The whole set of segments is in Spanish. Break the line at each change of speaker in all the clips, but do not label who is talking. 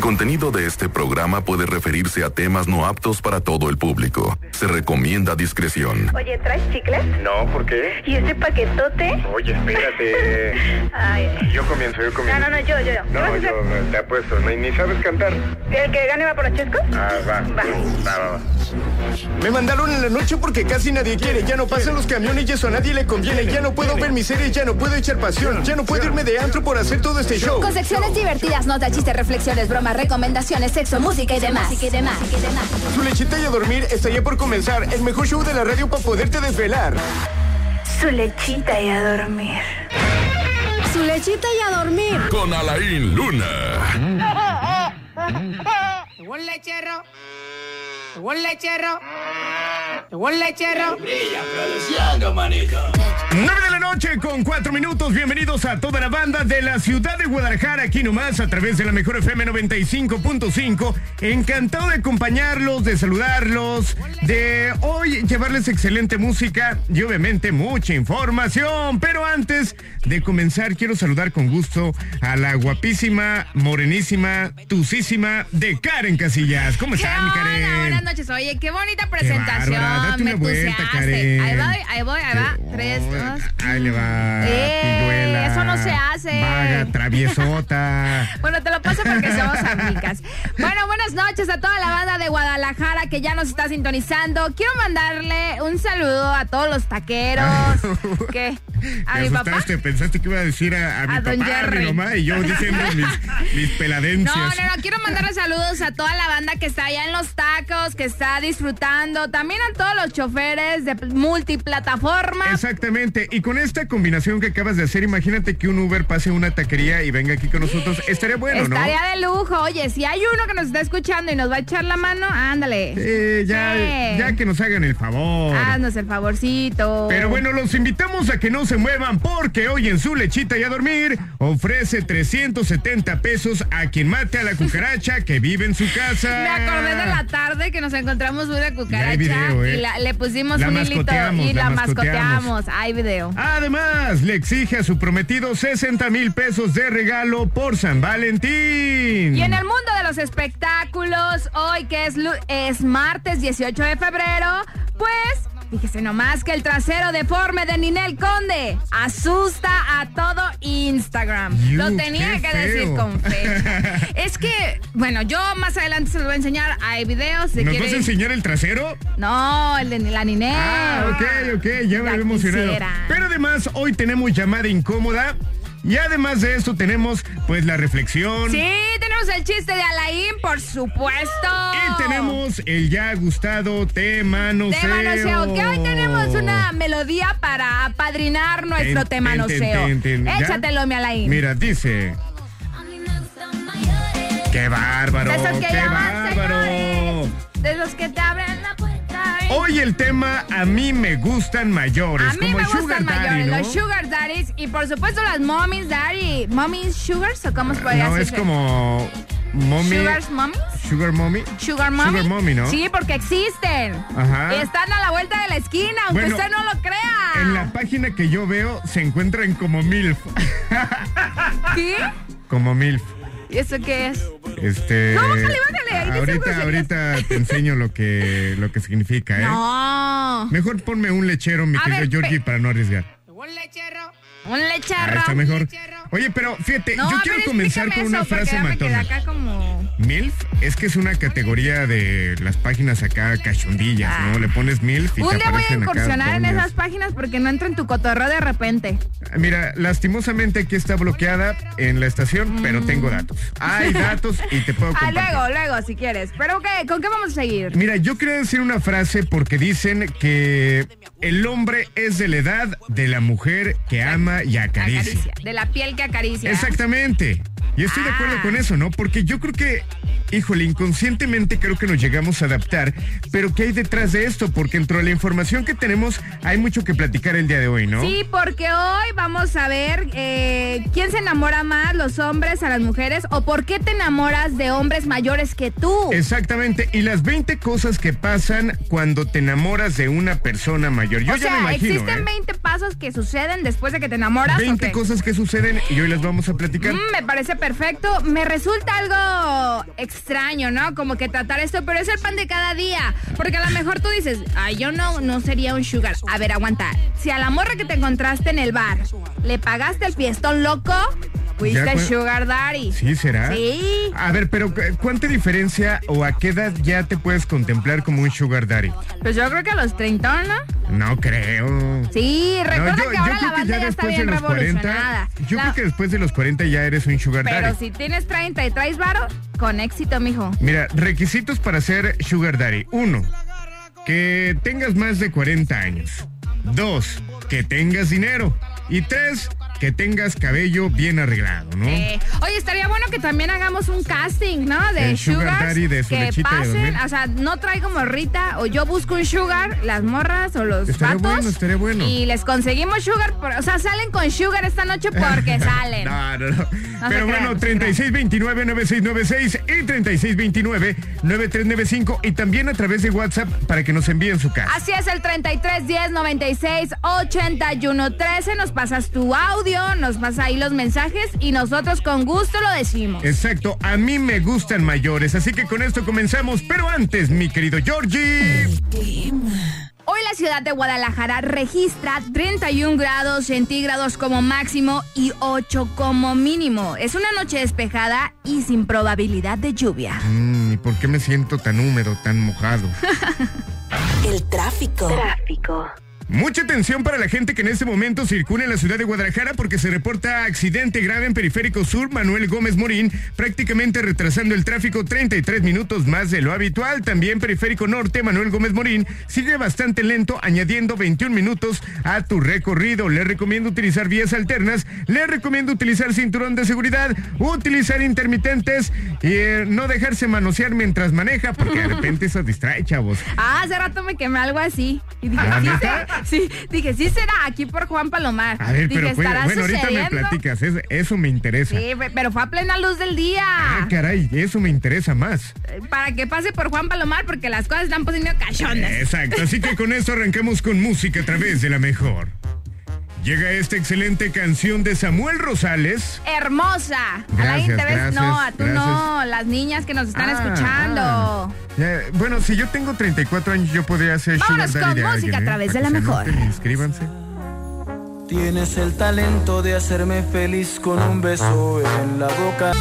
contenido de este programa puede referirse a temas no aptos para todo el público. Se recomienda discreción.
Oye, ¿traes chicles?
No, ¿por qué?
¿Y ese paquetote?
Oye, espérate.
Ay.
Yo comienzo, yo
No,
comienzo.
no, no, yo, yo, yo. ¿Qué vas a
No,
hacer?
yo eh, te apuesto, ni, ni sabes cantar.
¿El que gane va por los chescos?
Ah, va.
Va.
Va, va, va.
Me mandaron en la noche porque casi nadie quiere. Ya no pasan los camiones y eso a nadie le conviene. Ya no puedo ver mis series, ya no puedo echar pasión. Ya no puedo irme de antro por hacer todo este show.
Con secciones divertidas, notas, chistes, reflexiones, bromas, recomendaciones, sexo, música y demás. Y demás. Y demás.
Su lechita y a dormir estaría por comenzar. El mejor show de la radio para poderte desvelar.
Su lechita y a dormir.
Su lechita y a dormir.
Con Alain Luna.
Llegó el lechero. Llegó el lechero. Llegó el lechero.
9 de la noche con 4 minutos. Bienvenidos a toda la banda de la ciudad de Guadalajara, aquí nomás a través de la mejor FM 95.5. Encantado de acompañarlos, de saludarlos, de hoy llevarles excelente música y obviamente mucha información. Pero antes de comenzar, quiero saludar con gusto a la guapísima, morenísima, tusísima de Karen Casillas. ¿Cómo
¿Qué
están,
onda? Buenas
Karen?
noches. Oye, qué bonita presentación.
bárbara, date una vuelta,
entusiaste.
Karen.
Ahí voy, ahí voy, ahí va. Tres, dos.
Ahí le va.
Eh,
pilluela,
eso no se hace.
Vaga, traviesota.
Bueno, te lo paso porque somos amigas. Bueno, buenas noches a toda la banda de Guadalajara que ya nos está sintonizando. Quiero mandarle un saludo a todos los taqueros. ¿Qué? ¿A
Te
mi papá?
asustaste, pensaste que iba a este decir a, a mi
A
papá,
don
a mi
Jerry.
mamá y yo diciendo mis, mis
No,
peladencias.
no, no, quiero mandarle saludos a toda la banda que está allá en los tacos, que está disfrutando, también a todos los choferes de multiplataformas.
Exactamente, y con esta combinación que acabas de hacer, imagínate que un Uber pase a una taquería y venga aquí con nosotros. Estaría bueno,
Estaría
¿no?
de lujo. Oye, si hay uno que nos está escuchando y nos va a echar la mano, ándale.
Eh, ya,
Sí.
ya que nos hagan el favor.
Haznos el favorcito.
Pero bueno, los invitamos a que no se muevan porque hoy en su lechita y a dormir ofrece 370 pesos a quien mate a la cucaracha que vive en su casa.
Me acordé de la tarde que nos encontramos una cucaracha
hay video, ¿eh?
y la- le pusimos
La
un hilito
mascoteamos,
y
la
la,
mascoteamos.
mascoteamos. Hay video.
Además, le exige a su prometido 60 mil pesos de regalo por San Valentín.
Y en el mundo de los espectáculos, hoy que es, lu- es martes 18 de febrero, pues fíjese nomás que el trasero deforme de Ninel Conde asusta a todo Instagram.
Yu,
Lo tenía
qué
que
feo.
decir con fe. es que, bueno, yo más adelante se los voy a enseñar. Hay videos. si
¿Nos
quiere
vas a
ir-
enseñar el trasero?
No, el de la Ninel.
Ah, ok, ok, ya me
Ya
había emocionado.
quisiera.
Pero además, hoy tenemos llamada incómoda. Y además de esto tenemos pues la reflexión.
Sí, tenemos el chiste de Alain, por supuesto.
Y tenemos el ya gustado tema
Tema manoseo, que hoy tenemos
oh.
una melodía para apadrinar nuestro
Ten,
tema
ten,
manoseo.
ten, ten, ten. ¿Ya?
Échatelo, mi Alain.
Mira, dice. ¡Qué bárbaro!
de esos que
¡Qué
llaman
bárbaro!
señores, de los que te abren la puerta. ¿eh?
Hoy el tema a mí me gustan mayores,
A mí
Oh, pues como
me
el
gustan
Sugar Daddy,
mayores,
¿no?
los sugar daddies y por supuesto las mommies daddy. ¿Mommies sugars o cómo se podría
no, es
decirse?
como mommy,
¿Sugars mommies?
sugar mommy.
Sugar Mommy.
Sugar mommy, ¿no?
Sí, porque existen.
Ajá.
Y están a la vuelta de la esquina, aunque
Bueno,
usted no lo crea.
En la página que yo veo se encuentran como milf,
¿Sí?
como milf.
¿Y eso qué es?
Este.
No, bájale, bájale, ahí dice
Ahorita,
groserías.
ahorita te enseño lo que lo que significa, ¿eh?
No.
Mejor ponme un lechero, mi
A
querido
ver,
Georgie,
pe-
para no arriesgar.
Llegó el lechero.
Un
Ah,
lecherro.
está mejor.
lechero.
Oye, pero fíjate,
No,
yo
a
quiero
ver,
comenzar
explícame
con una
eso, porque
frase
ya me quedé
matona.
acá como...
MILF es que es una categoría de las páginas acá cachondillas, ¿no? Le pones MILF y te
Un día voy a
aparecen acá
incursionar en
doñas.
esas páginas porque no entro en tu cotorreo de repente.
Ah, Mira, lastimosamente aquí está bloqueada en la estación, pero tengo datos. Hay datos y te puedo
Mm. Ah,
compartir.
luego, luego, si quieres. Pero ¿qué? ¿con qué vamos a seguir?
Mira, yo quería decir una frase porque dicen que el hombre es de la edad de la mujer que ama y acaricia.
Acaricia. De la piel que acaricia.
Exactamente. Y estoy de acuerdo
Ah.
con eso, ¿no? Porque yo creo que, híjole, inconscientemente creo que nos llegamos a adaptar, pero ¿qué hay detrás de esto? Porque entre la información que tenemos hay mucho que platicar el día de hoy, ¿no?
Sí, porque hoy vamos a ver eh, quién se enamora más, los hombres a las mujeres, o por qué te enamoras de hombres mayores que tú.
Exactamente, y las 20 cosas que pasan cuando te enamoras de una persona mayor. Yo
o
ya
sea,
me imagino.
existen
¿eh?
20 casos que suceden después de que te enamoras. ¿o
20
qué?
cosas que suceden y hoy las vamos a platicar.
Mm, me parece perfecto. Me resulta algo extraño, ¿no? Como que tratar esto, pero es el pan de cada día. Porque a lo mejor tú dices, ay, yo no, no sería un sugar. A ver, aguanta. Si a la morra que te encontraste en el bar le pagaste el fiestón loco,
Ya,
fuiste
pues.
sugar daddy.
Sí, será.
Sí.
A ver, pero ¿cu- ¿cuánta diferencia o a qué edad ya te puedes contemplar como un sugar daddy?
Pues yo creo que a los 30, ¿no?
No creo.
Sí, recuerda
No, yo-
que
yo creo
ahora la
que
banda ya, está bien revolucionada.
yo
La-
creo que después de los 40 ya eres un sugar
Pero
daddy.
si tienes 30 y traes varo, con éxito, mijo.
Mira, requisitos para ser sugar daddy. Uno, que tengas más de 40 años. Dos, que tengas dinero. Y tres, que tengas cabello bien arreglado, ¿no?
Eh, oye, estaría bueno que también hagamos un casting, ¿no? De
El sugar
sugars
daddy de su
que
lechita de
pasen,
dormir.
o sea, no traigo morrita o yo busco un sugar, las morras o los
Estaría
patos
bueno, estaría bueno.
y les conseguimos sugar, por- o sea, salen con sugar esta noche porque salen.
No, no, no.
se
Pero bueno,
crean, no se crean.
3629-9696 y 3629-9395 y también a través de WhatsApp para que nos envíen su casa.
Así es el 33 10 96 81 13. Nos pasas tu audio, nos pasas ahí los mensajes y nosotros con gusto lo decimos.
Exacto, a mí me gustan mayores, así que con esto comenzamos. Pero antes, mi querido Georgie.
Hoy la ciudad de Guadalajara registra 31 grados centígrados como máximo y 8 como mínimo. Es una noche despejada y sin probabilidad de lluvia.
Mm, ¿y ¿Por qué me siento tan húmedo, tan mojado?
El tráfico.
Tráfico.
Mucha atención para la gente que en este momento circula en la ciudad de Guadalajara porque se reporta accidente grave en Periférico Sur Manuel Gómez Morín, prácticamente retrasando el tráfico 33 minutos más de lo habitual. También Periférico Norte Manuel Gómez Morín sigue bastante lento, añadiendo 21 minutos a tu recorrido. Le recomiendo utilizar vías alternas, le recomiendo utilizar cinturón de seguridad, utilizar intermitentes y eh, no dejarse manosear mientras maneja porque de repente se distrae, chavos.
Ah, hace rato me quemé algo así. Y dije,
¿Ah,
¿sí,
neta?
será? Sí, dije, sí será aquí por Juan Palomar.
A ver,
dije,
pero cuida- bueno, ahorita me platicas, es- eso me interesa.
Sí, pe- pero fue a plena luz del día.
Ah, caray, eso me interesa más.
Eh, Para que pase por Juan Palomar, porque las cosas están poniendo cachondas.
Exacto, así que con esto arrancamos con música a través de la mejor. Llega esta excelente canción de Samuel Rosales.
Hermosa.
Gracias,
a la interés, no, a
gracias,
tú
gracias.
no, las niñas que nos están
Ah,
escuchando.
ah. Ya, bueno, si yo tengo 34 años, yo podría ser
Vámonos
sugar daddy
con
de
música
alguien,
a
¿eh?
través
Para
de la
que se
mejor.
anoten y inscríbanse.
Tienes el talento de hacerme feliz con un beso en la boca.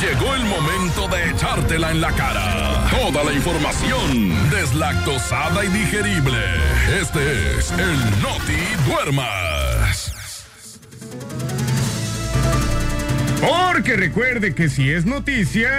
Llegó el momento de echártela en la cara. Toda la información deslactosada y digerible. Este es el Noti Duermas.
Porque recuerde que si es noticia,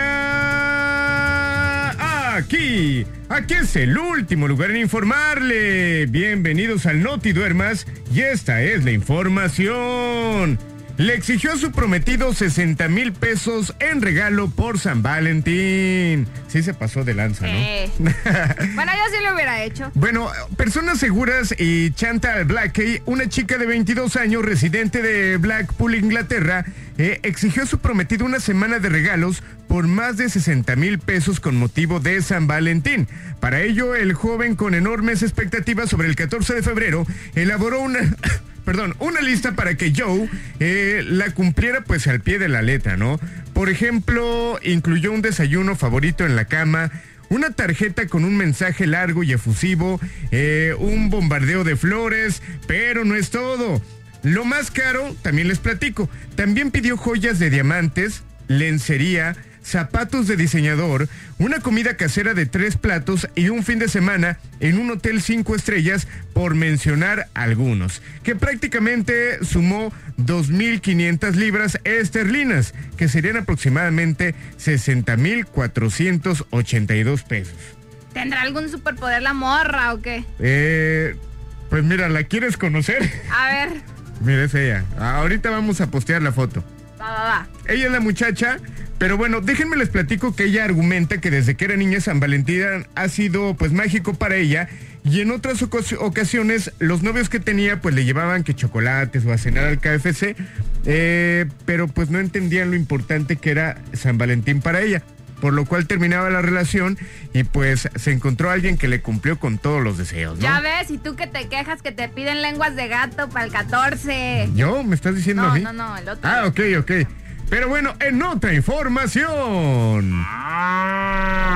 aquí, aquí es el último lugar en informarle. Bienvenidos al Noti Duermas y esta es la información. Le exigió a su prometido 60 mil pesos en regalo por San Valentín. Sí se pasó de lanza, ¿no?
Eh. bueno, yo sí lo hubiera hecho.
Bueno, personas seguras y Chantal Blackie, una chica de 22 años residente de Blackpool, Inglaterra, eh, exigió a su prometido una semana de regalos por más de 60 mil pesos con motivo de San Valentín. Para ello, el joven con enormes expectativas sobre el 14 de febrero elaboró una... Perdón, una lista para que Joe eh, la cumpliera pues al pie de la letra, ¿no? Por ejemplo, incluyó un desayuno favorito en la cama, una tarjeta con un mensaje largo y efusivo, eh, un bombardeo de flores, pero no es todo. Lo más caro, también les platico, también pidió joyas de diamantes, lencería, zapatos de diseñador, una comida casera de tres platos y un fin de semana en un hotel cinco estrellas, por mencionar algunos, que prácticamente sumó 2.500 libras esterlinas, que serían aproximadamente 60.482 pesos.
¿Tendrá algún superpoder la morra o qué?
Eh, pues mira, ¿la quieres conocer?
A ver,
mira, es ella. Ahorita vamos a postear la foto.
va, va, va.
Ella es la muchacha, pero bueno, déjenme les platico que ella argumenta que desde que era niña San Valentín ha sido pues mágico para ella y en otras ocasi- ocasiones los novios que tenía pues le llevaban que chocolates o a cenar al KFC, eh, pero pues no entendían lo importante que era San Valentín para ella. por lo cual terminaba la relación y pues se encontró alguien que le cumplió con todos los deseos, ¿no?
Ya ves, y tú que te quejas que te piden lenguas de gato para el 14.
¿Yo? ¿Me estás diciendo
No,
a mí?
no, no, el otro.
Ah, ok, ok. Pero bueno, en otra información.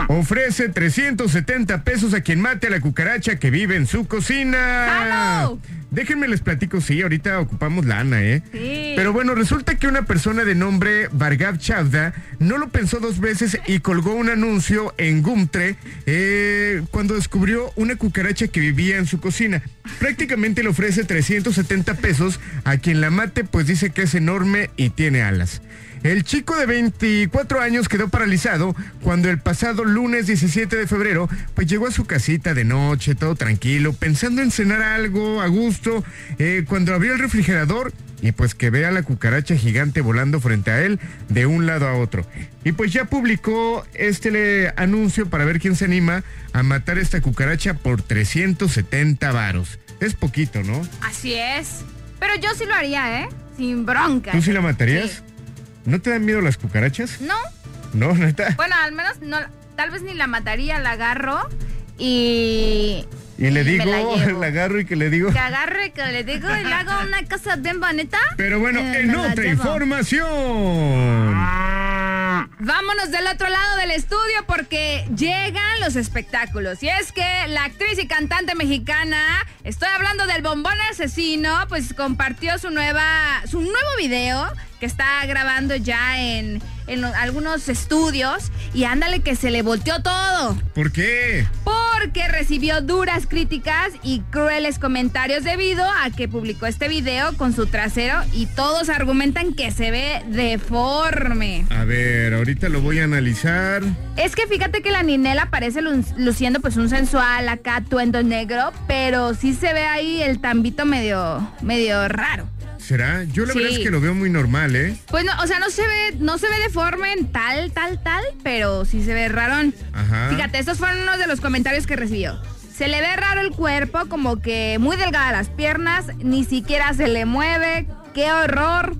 Ofrece 370 pesos a quien mate a la cucaracha que vive en su cocina.
¡Jalo!
Déjenme les platico, sí, ahorita ocupamos lana, ¿eh?
Sí.
Pero bueno, resulta que una persona de nombre Vargav Chavda no lo pensó dos veces y colgó un anuncio en Gumtre eh, cuando descubrió una cucaracha que vivía en su cocina. Prácticamente le ofrece 370 pesos a quien la mate, pues dice que es enorme y tiene alas. El chico de 24 años quedó paralizado cuando el pasado lunes 17 de febrero, pues llegó a su casita de noche, todo tranquilo, pensando en cenar algo a gusto, eh, cuando abrió el refrigerador y pues que ve a la cucaracha gigante volando frente a él de un lado a otro. Y pues ya publicó este le- anuncio para ver quién se anima a matar esta cucaracha por 370 varos. Es poquito, ¿no?
Así es. Pero yo sí lo haría, ¿eh? Sin bronca.
¿Tú sí la matarías? ¿No te dan miedo las cucarachas?
No.
No, neta.
Mm. Bueno, al menos no, tal vez ni la mataría, la agarro y...
Y le
me
digo,
la
la,
llevo.
agarro y que le digo.
Que agarro y que le digo y le hago una cosa bien bonita.
Pero bueno,
Eh,
en
me la
otra
llevo.
información.
Vámonos del otro lado del estudio porque llegan los espectáculos. Y es que la actriz y cantante mexicana, estoy hablando del bombón asesino, pues compartió su nueva, su nuevo video que está grabando ya en, en algunos estudios. Y ándale que se le volteó todo
¿Por qué?
porque recibió duras críticas y crueles comentarios debido a que publicó este video con su trasero y todos argumentan que se ve deforme.
A ver, ahorita lo voy a analizar.
Es que fíjate que la Ninela parece lu- luciendo pues un sensual acá atuendo negro, pero sí se ve ahí el tambito medio medio raro.
¿Será? Yo la verdad
Sí.
es que lo veo muy normal, ¿eh?
Pues no, o sea, no se ve no se ve deforme en tal tal tal, pero sí se ve rarón.
Ajá.
Fíjate, estos fueron unos de los comentarios que recibió. Se le ve raro el cuerpo, como que muy delgada las piernas, ni siquiera se le mueve. ¡Qué horror!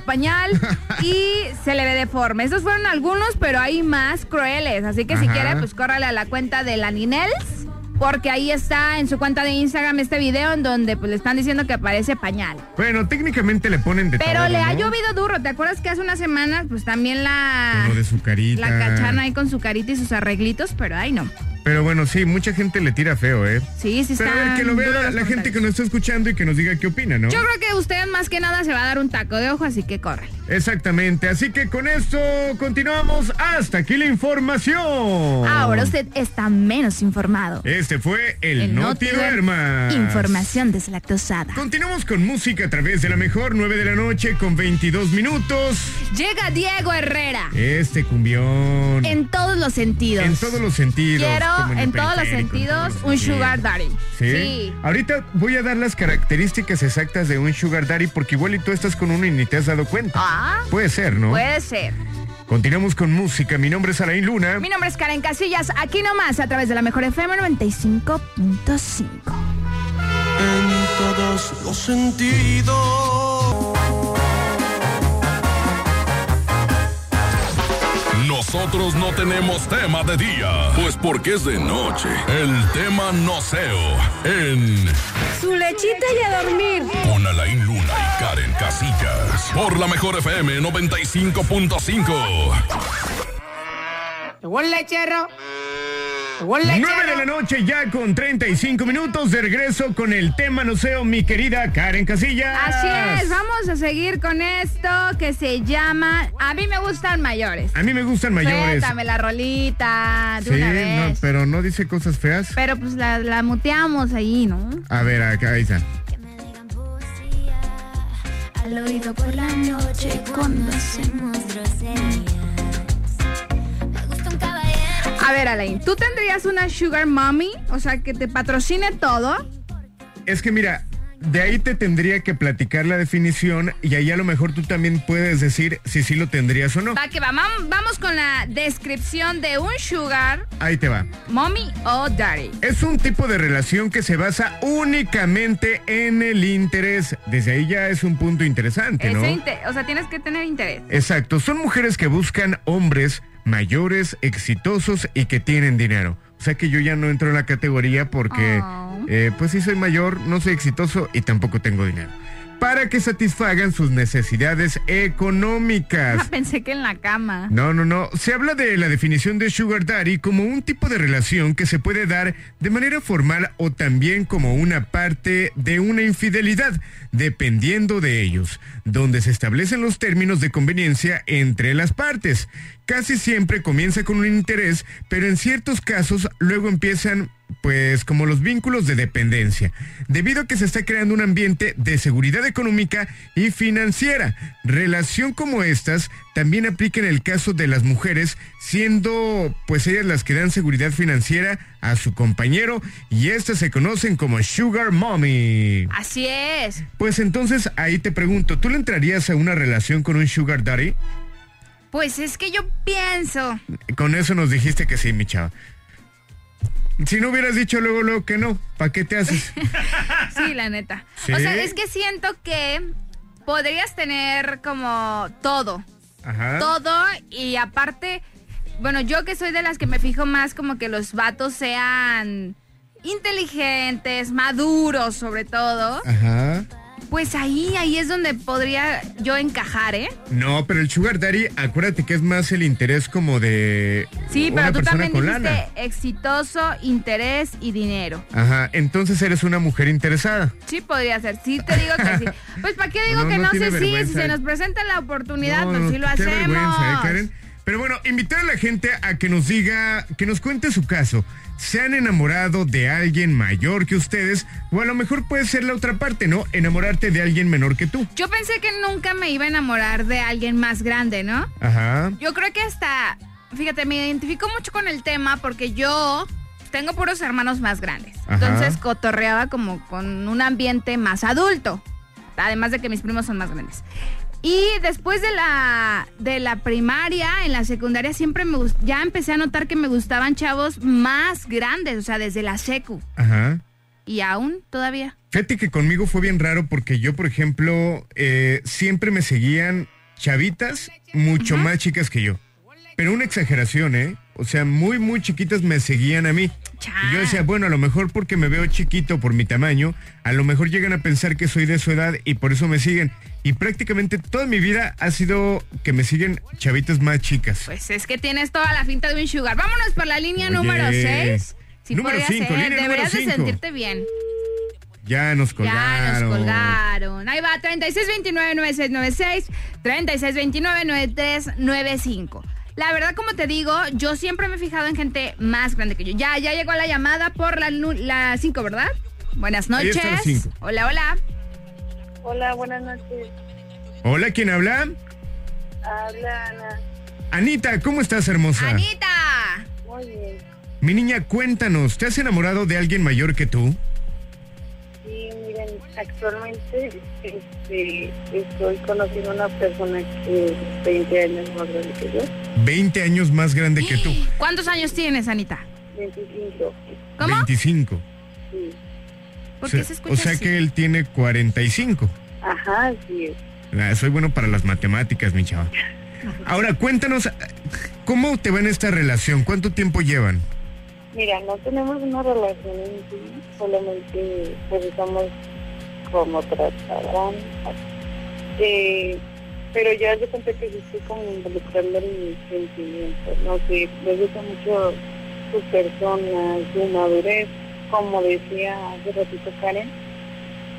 pañal y se le ve deforme. Estos fueron algunos, pero hay más crueles. Así que si
Ajá.
quiere, pues córrale a la cuenta de la Ninels, porque ahí está en su cuenta de Instagram este video en donde pues, le están diciendo que parece pañal.
Bueno, técnicamente le ponen de
Pero
todo,
le ha
¿no?
llovido duro. ¿Te acuerdas que hace unas semanas, pues también la.
Con lo de su carita.
La cachana ahí con su carita y sus arreglitos, pero ahí no.
Pero bueno, sí, mucha gente le tira feo, ¿eh?
Sí, sí
Pero a
está.
ver, que lo vea
duro
la,
los
la gente que
comentarios.
nos está escuchando y que nos diga qué opina, ¿no?
Yo creo que usted más que nada se va a dar un taco de ojo, así que corre.
Exactamente. Así que con esto continuamos. Hasta aquí la información.
Ahora usted está menos informado.
Este fue el,
El
No
No
Te
Te Duer-
Duermas.
Información deslactosada.
Continuamos con música a través de la mejor 9 de la noche con 22 minutos.
Llega Diego Herrera.
Este cumbión.
En todos los sentidos.
En todos los sentidos. como
Quiero,
el
en todos los
periférico, en
sentidos,
todos los
un
sentidos.
sugar daddy.
¿Sí? Ahorita voy a dar las características exactas de un sugar daddy porque igual y tú estás con uno y ni te has dado cuenta.
Ah.
Puede ser, Pues ¿no?
Puede ser.
Continuamos con música. Mi nombre es Alain Luna.
Mi nombre es Karen Casillas, aquí nomás a través de la mejor FM 95.5.
en todos los sentidos.
Nosotros no tenemos tema de día, pues porque es de noche. El tema no seo en
Su lechita y a dormir.
Con Alain Luna y Karen Casillas. Por la mejor FM 95.5.
Llegó el lechero. Llegó el
9
lechero.
de la noche ya con 35 minutos de regreso con el tema no seo, mi querida Karen Casillas.
Así es, vamos a seguir con esto que se llama A mí me gustan mayores.
A mí me gustan mayores.
Suéltame la rolita de
sí,
una
no,
vez. pero...
pero no dice cosas feas.
pues la, la muteamos ahí, ¿no?
A ver, acá ahí está.
Que me digan poesía al oído por la noche cuando hacemos groserías. Me gusta un caballero.
A ver, Alain, ¿tú tendrías una sugar mommy? O sea, que te patrocine todo.
Es que mira, de ahí te tendría que platicar la definición y ahí a lo mejor tú también puedes decir si sí lo tendrías o no.
Va que va, mam- vamos con la descripción de un sugar
Ahí te va.
mommy o daddy.
Es un tipo de relación que se basa únicamente en el interés. Desde ahí ya es un punto interesante, ¿no?
Ese inte- o sea, tienes que tener interés.
Exacto, son mujeres que buscan hombres mayores, exitosos y que tienen dinero. O sea que yo ya no entro en la categoría porque, eh, pues sí soy mayor, no soy exitoso y tampoco tengo dinero. Para que satisfagan sus necesidades económicas.
Ah, Pensé que en la cama.
No, no, no. Se habla de la definición de Sugar Daddy como un tipo de relación que se puede dar de manera formal o también como una parte de una infidelidad, dependiendo de ellos, donde se establecen los términos de conveniencia entre las partes. Casi siempre comienza con un interés, pero en ciertos casos luego empiezan pues como los vínculos de dependencia, debido a que se está creando un ambiente de seguridad económica y financiera. Relación como estas también aplica en el caso de las mujeres, siendo pues ellas las que dan seguridad financiera a su compañero y estas se conocen como sugar mommy.
Así es.
Pues entonces ahí te pregunto, ¿tú le entrarías a una relación con un sugar daddy?
Pues es que yo pienso.
Con eso nos dijiste que sí, mi chava. Si no hubieras dicho luego, luego que no, ¿para qué te haces?
Sí, la neta.
¿Sí?
O sea, es que siento que podrías tener como todo.
Ajá.
Todo y aparte, bueno, yo que soy de las que me fijo más como que los vatos sean inteligentes, maduros sobre todo,
Ah. Ajá.
pues ahí, ahí es donde podría yo encajar, ¿eh?
No, pero el sugar daddy, acuérdate que es más el interés como de
Sí,
una
pero tú
persona
también
con
dijiste
lana.
exitoso, interés y dinero.
Ajá, entonces eres una mujer interesada.
Sí, podría ser. Sí, te digo que sí. Pues, ¿para qué digo
No,
que
no
no,
tiene
sé si, si
vergüenza.
se nos presenta la oportunidad,
No,
pues
no,
sí lo
qué vergüenza, ¿eh,
hacemos.
Karen? Pero bueno, invitar a la gente a que nos diga, que nos cuente su caso. ¿Se han enamorado de alguien mayor que ustedes? O a lo mejor puede ser la otra parte, ¿no? Enamorarte de alguien menor que tú.
Yo pensé que nunca me iba a enamorar de alguien más grande, ¿no?
Ajá.
Yo creo que hasta, fíjate, me identifico mucho con el tema porque yo tengo puros hermanos más grandes.
Ajá.
Entonces cotorreaba como con un ambiente más adulto. Además de que mis primos son más grandes. Y después de la, de la primaria, en la secundaria, siempre me gust- ya empecé a notar que me gustaban chavos más grandes, o sea, desde la secu.
Ajá.
Y aún todavía.
Fíjate que conmigo fue bien raro porque yo, por ejemplo, eh, siempre me seguían chavitas mucho más chicas que yo. Pero una exageración, ¿eh? O sea, muy, muy chiquitas me seguían a mí. Y yo decía, bueno, a lo mejor porque me veo chiquito por mi tamaño, a lo mejor llegan a pensar que soy de su edad y por eso me siguen. Y prácticamente toda mi vida ha sido que me siguen chavitas más chicas.
Pues es que tienes toda la finta de un sugar. Vámonos por la línea
Oye.
número 6. Si
Número cinco, línea número
Deberías de
cinco.
sentirte bien.
Ya nos
Ya
colgaron.
nos colgaron. Ahí va, 3629-9696, 3629-9395. La verdad, como te digo, yo siempre me he fijado en gente más grande que yo. Ya, ya llegó la llamada por la 5, ¿verdad? Buenas
Ahí
noches.
está la cinco.
Hola, hola.
Hola, buenas noches.
Hola, ¿quién habla?
Habla Ana.
Anita, ¿cómo estás, hermosa?
Anita.
Muy bien.
Mi niña, cuéntanos, ¿te has enamorado de alguien mayor que tú?
Sí, miren, actualmente este, estoy conociendo a una persona que es 20 años más grande que yo,
20 años más grande que tú.
¿Cuántos años tienes, Anita?
25.
¿Cómo?
25.
Sí.
¿Por
o sea,
qué se escucha
o sea
así?
que él tiene 45.
Ajá, sí.
Ah, Soy bueno para las matemáticas, mi chava. Ahora, cuéntanos, ¿cómo te va en esta relación? ¿Cuánto tiempo llevan?
Mira, no tenemos una relación en sí, solamente pues estamos como trataban. Eh, pero ya yo pensé que sí estoy como involucrando en mis sentimientos, no sé, me gusta mucho su persona, su madurez, como decía hace ratito Karen,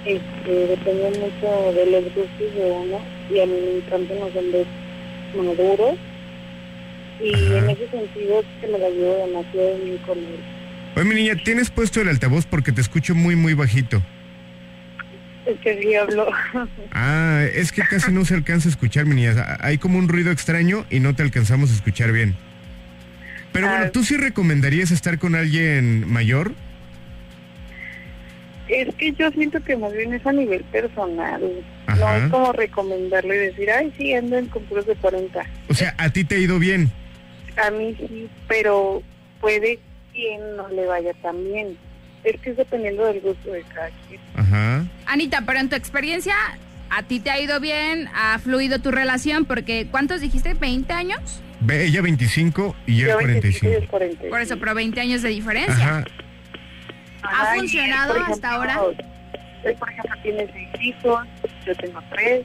este, depende mucho de los gustos de uno y a mí me encantan los hombres maduros y en ese sentido se me la llevo demasiado bien con él.
Oye, mi niña, ¿tienes puesto el altavoz porque te escucho muy, muy bajito?
Es que sí hablo.
Ah, es que casi no se alcanza a escuchar, mi niña. Ah, Hay como un ruido extraño y no te alcanzamos a escuchar bien. Pero
Ah.
bueno, ¿tú sí recomendarías estar con alguien mayor?
Es que yo siento que más bien es a nivel personal.
Ajá.
No es como recomendarle y decir, ay, sí, ando en concursos de 40.
O sea, ¿a ti te ha ido bien?
A mí sí, pero puede quien no le vaya tan bien. Es que es dependiendo del gusto de cada quien.
Ajá.
Anita, pero en tu experiencia, ¿a ti te ha ido bien? ¿Ha fluido tu relación? Porque, ¿cuántos dijiste? ¿20 años?
Ve, ella 25 y yo 45.
Por eso, pero 20 años de diferencia.
Ajá.
¿Ha
Ay,
funcionado
por
hasta ahora?
Él, por ejemplo, tiene seis hijos, yo tengo tres.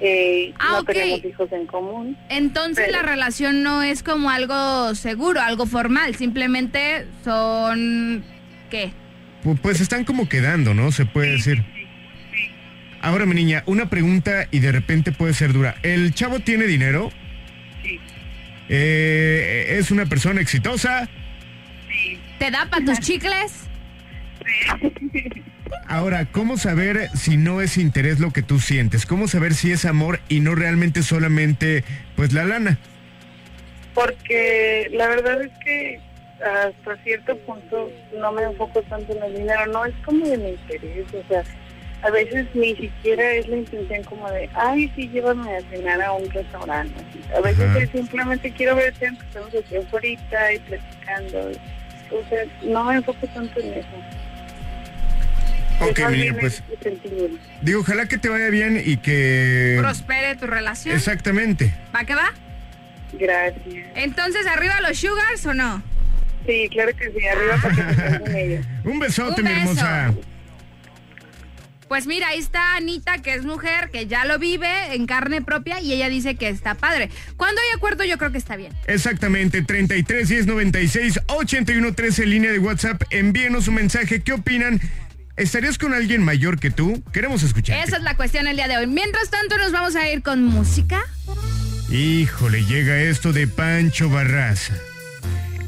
Eh,
Ah,
no
ok.
tenemos hijos en común.
Entonces
Pero-
la relación no es como algo seguro, algo formal, simplemente son ¿qué?
Pu- Pues están como quedando, ¿no? Se puede decir. Ahora, mi niña, una pregunta y de repente puede ser dura. ¿El chavo tiene dinero?
Sí.
Eh, ¿Es una persona exitosa?
¿Te da para tus chicles?
Ahora, ¿cómo saber si no es interés lo que tú sientes? ¿Cómo saber si es amor y no realmente solamente, pues, la lana?
Porque la verdad es que hasta cierto punto no me enfoco tanto en el dinero, no es como de mi interés, o sea, a veces ni siquiera es la intención como de, ay, sí, llévame a cenar a un restaurante. así. A veces
Ajá.
es simplemente quiero verte aunque estamos aquí ahorita y platicando. O sea, no me enfoco tanto en eso. Es
Ok,
más
mi
bien
niña, pues,
el sentimiento.
digo, ojalá que te vaya bien y que...
Prospere tu relación.
Exactamente.
¿Va que va?
Gracias.
Entonces, arriba los sugars o no?
Sí, claro que sí, arriba para que se queden ellos.
Un besote,
Un
mi hermosa.
Pues mira, ahí está Anita, que es mujer, que ya lo vive en carne propia y ella dice que está padre. Cuando hay acuerdo, yo creo que está bien.
Exactamente, 33 10 96 81 13 línea de WhatsApp. Envíenos un mensaje. ¿Qué opinan? ¿Estarías con alguien mayor que tú? Queremos escuchar.
Esa es la cuestión el día de hoy. Mientras tanto, nos vamos a ir con música.
Híjole, llega esto de Pancho Barraza.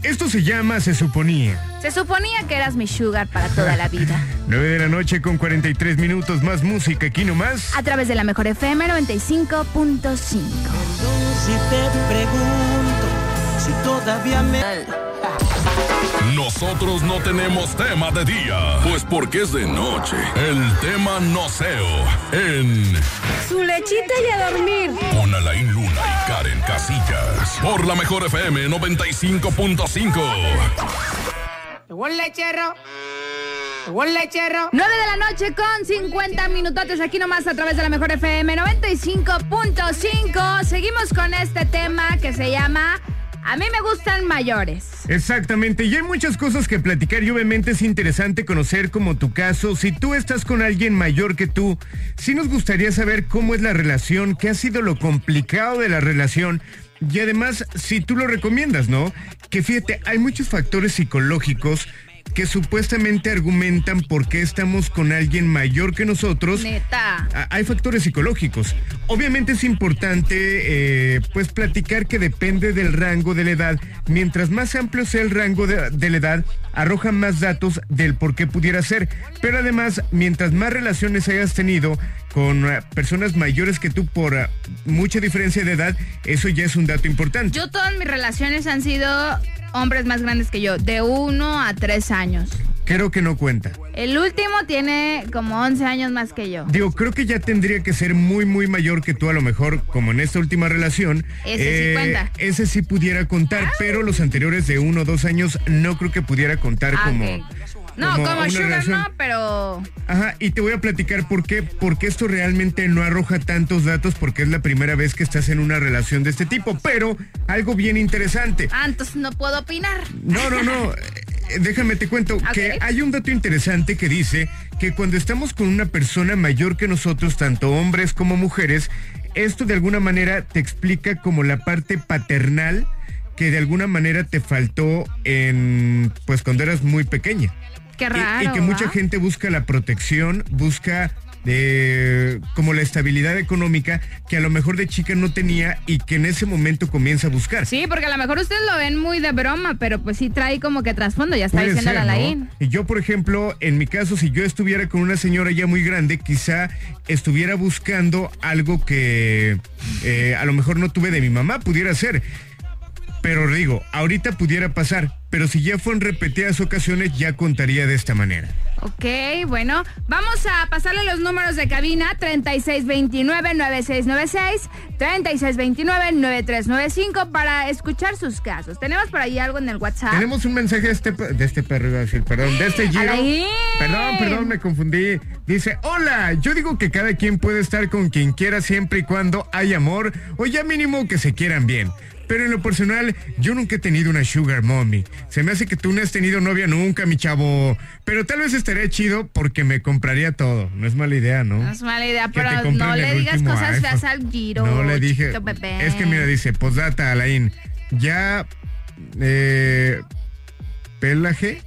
Esto se llama Se suponía.
Se suponía que eras mi sugar para toda la vida.
9 de la noche con 43 minutos más música aquí nomás.
A través de la mejor FM 95.5.
Si te pregunto si todavía me...
Nosotros no tenemos tema de día, pues porque es de noche. El tema no seo en
Su lechita y a dormir.
Con Alain Luna y Karen Casillas. Por la mejor FM 95.5.
Llegó el lechero. Llegó el lechero.
9 de la noche con 50 minutotes aquí nomás a través de la mejor FM 95.5. Seguimos con este tema que se llama A mí me gustan mayores.
Exactamente, y hay muchas cosas que platicar y obviamente es interesante conocer como tu caso. Si tú estás con alguien mayor que tú, sí nos gustaría saber cómo es la relación, qué ha sido lo complicado de la relación y además si tú lo recomiendas, ¿no? Que fíjate, hay muchos factores psicológicos que supuestamente argumentan por qué estamos con alguien mayor que nosotros.
Neta.
Ah, Hay factores psicológicos. Obviamente es importante eh, pues platicar que depende del rango de la edad. Mientras más amplio sea el rango de, de la edad, arroja más datos del por qué pudiera ser. Pero además, mientras más relaciones hayas tenido con eh, personas mayores que tú por eh, mucha diferencia de edad, eso ya es un dato importante.
Yo todas mis relaciones han sido hombres más grandes que yo, de 1 a 3 años.
Creo que no cuenta.
El último tiene como 11 años más que yo.
Digo, creo que ya tendría que ser muy, muy mayor que tú, a lo mejor, como en esta última relación. Eh,
Ese sí cuenta.
Ese sí pudiera contar, pero los anteriores de uno o dos años no creo que pudiera contar
Ah,
como.
ok. No, como,
una
sugar
relación.
no, pero...
Ajá, y te voy a platicar por qué, porque esto realmente no arroja tantos datos porque es la primera vez que estás en una relación de este tipo, pero algo bien interesante.
Ah, entonces no puedo opinar.
No, no, no. Eh, Déjame te cuento que
Ok.
hay un dato interesante que dice que cuando estamos con una persona mayor que nosotros, tanto hombres como mujeres, esto de alguna manera te explica como la parte paternal que de alguna manera te faltó en pues cuando eras muy pequeña.
Qué
Y-
raro.
y, que mucha
¿va?
gente busca la protección, busca eh, como la estabilidad económica que a lo mejor de chica no tenía y que en ese momento comienza a buscar.
Sí, porque a lo mejor ustedes lo ven muy de broma, pero pues sí trae como que trasfondo, ya está
Puede
diciendo la
ser, ¿no?
Alain.
Y yo, por ejemplo, en mi caso, si yo estuviera con una señora ya muy grande, quizá estuviera buscando algo que eh, a lo mejor no tuve de mi mamá, pudiera ser. Pero digo, ahorita pudiera pasar, pero si ya fue en repetidas ocasiones, ya contaría de esta manera.
Ok, bueno, vamos a pasarle los números de cabina 3629-9696, 3629-9395 para escuchar sus casos. Tenemos por ahí algo en el WhatsApp.
Tenemos un mensaje de este, pe- de este perro, iba a decir, perdón, de este Giro.
Alain.
Perdón, perdón, me confundí. Dice, hola, yo digo que cada quien puede estar con quien quiera siempre y cuando hay amor o ya mínimo que se quieran bien. Pero en lo personal, yo nunca he tenido una sugar mommy. Se me hace que tú no has tenido novia nunca, mi chavo. Pero tal vez estaría chido porque me compraría todo. No es mala idea, ¿no?
No es mala idea,
Que te
pero
compren
no
el
le digas
último
cosas feas
iPhone.
al Giro.
No le dije.
chiquito bebé.
Es que mira, dice, posdata, Alain. Ya. Eh, pelaje.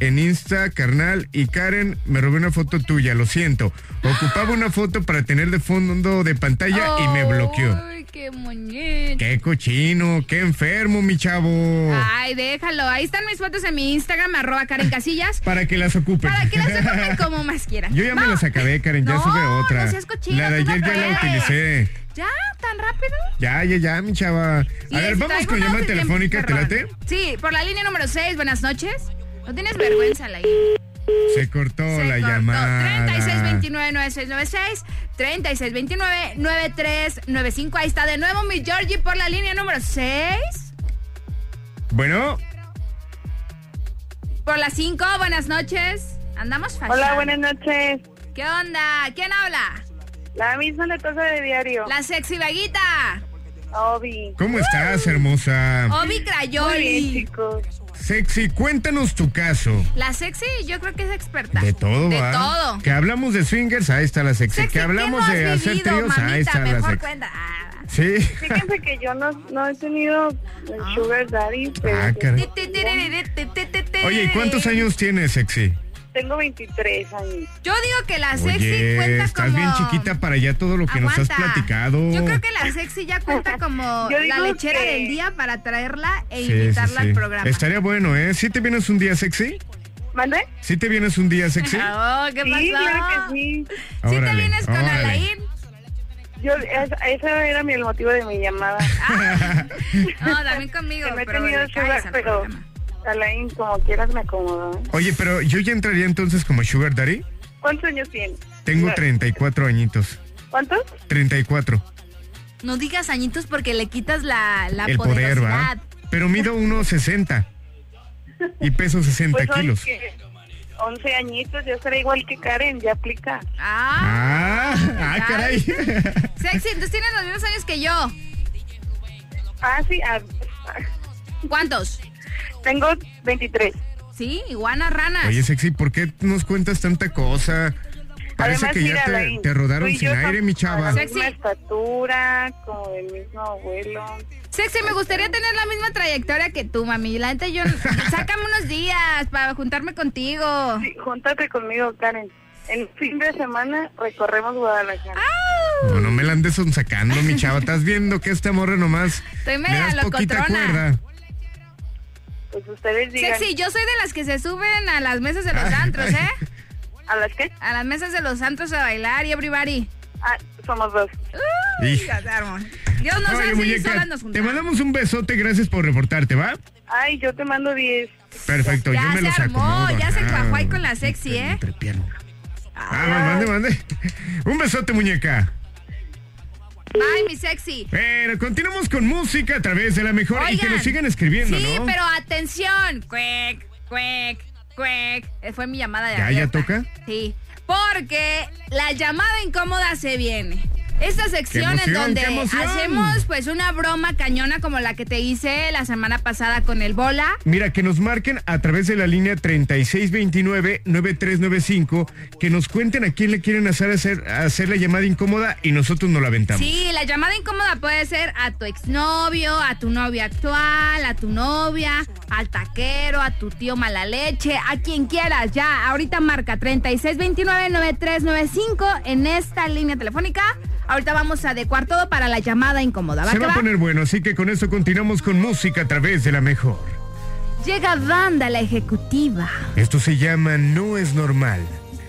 En Insta, carnal. Y Karen, me robé una foto tuya, lo siento. Ocupaba una foto para tener de fondo de pantalla y
Oh.
me bloqueó.
Ay, qué muñeco.
Qué cochino, qué enfermo, mi chavo.
Ay, déjalo. Ahí están mis fotos en mi Instagram, arroba Karen Casillas.
Para que las ocupen.
Para que las ocupen como más quieran.
Yo ya me
Vamos.
las acabé, Karen, ya
eh, No,
sube otra.
no seas cochino,
la de
tú no
ayer ya la
puedes.
utilicé.
¿Ya? ¿Tan rápido?
Ya, ya, ya, mi chava. A
Y
ver,
les
vamos
traigo
con
unos
llamada
de tiempo,
telefónica, ¿te
perdón.
late?
Sí, por la línea número 6, buenas noches. No tienes vergüenza, la
Se cortó Oh, la llamada.
3629-9696, 3629-9395. Ahí está de nuevo mi Georgie por la línea número 6.
Bueno,
Por la 5, buenas noches. Andamos fácil.
Hola, buenas noches.
¿Qué onda? ¿Quién habla?
La misma letosa de diario.
La sexy vaguita.
Obi.
¿cómo estás, hermosa?
Obi
Muy bien,
Crayoli.
chicos.
Oh.
Sexy, cuéntanos tu caso.
La sexy yo creo que es experta.
De todo,
De
¿va?
todo.
Que hablamos de swingers, ahí está la sexy.
Sexy,
que
¿qué no
hablamos
has
de hacer
vivido,
tríos, ahí
mamita?
está la
Mejor
sexy.
cuenta. Ah.
Sí.
Fíjense que yo no, no he tenido
Ah.
sugar daddy, pero
Ah, caray.
Ti, ti, ti, ti, ti, ti, ti, ti.
Oye, ¿y cuántos años tienes, sexy?
tengo 23 años.
Yo digo que la sexy
Oye,
cuenta
estás
como.
bien chiquita para ya todo lo que nos has
Aguanta.
platicado.
Yo creo que la sexy ya cuenta como
Yo
la
digo
lechera
que-
del día para traerla e
Sí, sí,
invitarla
sí.
al programa.
Estaría bueno, ¿eh? ¿Sí te vienes un día sexy?
¿Mande?
¿Sí te vienes un día sexy?
Oh, ¿qué pasó?
Sí, claro que sí.
¿Sí te
Órale,
vienes con
órale.
Alain?
Yo, es- ese era mi, el motivo de mi llamada.
No, también conmigo.
Que no he
Ah, pero
tenido
le caes
sugar,
al
pero
programa.
Alain, como quieras, me acomodo. ¿eh?
Oye, pero yo ya entraría entonces como Sugar Daddy.
¿Cuántos años tienes?
Tengo
No.
34 añitos.
¿Cuántos?
34.
No digas añitos porque le quitas la, la
el poder, ¿va?
poderosidad.
Pero mido 1,60. Y peso 60
son
kilos.
Pues que 11 añitos, yo seré igual que Karen, ya aplica.
Ah,
Ah, ah, caray.
sexy, entonces tienes los mismos años que yo.
Ah, sí, ah,
¿Cuántos?
tengo 23.
Sí, iguana, ranas.
Oye, Sexy, ¿por qué nos cuentas tanta cosa? Parece
Además,
que ya
mira,
te,
Alain,
te rodaron
tú y
sin
yo
aire,
somos
mi
de
chava.
La misma
Sexy.
estatura, como del mismo abuelo.
Sexy, me gustaría tener la misma trayectoria que tú, mami. La neta, yo. Sácame unos días para juntarme contigo.
Sí, júntate conmigo, Karen. En fin de semana recorremos Guadalajara.
Ah.
No, no me la andes sacando, mi chava. Estás viendo que esta morra nomás.
Estoy
le
media
das poquita
locotrona.
cuerda.
Pues ustedes digan.
Sexy, yo soy de las que se suben a las mesas de los
Ay,
antros,
ay.
¿eh?
¿A las qué?
A las mesas de los antros a bailar y everybody.
Ah, somos dos.
Uy,
Hija.
ya se armó. Dios nos
Oye,
hace y
muñeca,
solas nos
te
juntamos.
mandamos un besote, gracias por reportarte, ¿va?
Ay, yo te mando 10.
Perfecto, yo
Ya
me
se
los
armó,
acomodo
ya se
acá.
cuajó ahí con la sexy, ¿eh?
Entre pierna. Ah, mande, mande. Un besote, muñeca.
Bye, mi sexy.
Bueno, continuamos con música a través de la mejor y que
Oigan.
nos sigan escribiendo,
Sí,
¿no?
pero atención. Cuec, cuec, cuec. Eh, Fue mi llamada de
¿Ya, ya
alerta.
toca?
Sí. Porque la llamada incómoda se viene. Esta sección
¡Qué emoción,
en donde
qué emoción!
hacemos pues una broma cañona como la que te hice la semana pasada con el bola.
Mira, que nos marquen a través de la línea 3629-9395, que nos cuenten a quién le quieren hacer, hacer, hacer la llamada incómoda y nosotros nos la aventamos.
Sí, la llamada incómoda puede ser a tu exnovio, a tu novio actual, a tu novia, al taquero, a tu tío mala leche, a quien quieras. Ya, ahorita marca 3629-9395 en esta línea telefónica. Ahorita vamos a adecuar todo para la llamada incómoda. ¿va
Se
que
va a
va?
poner bueno, así que con esto continuamos con música a través de la mejor.
Llega banda la ejecutiva.
Esto se llama No es normal.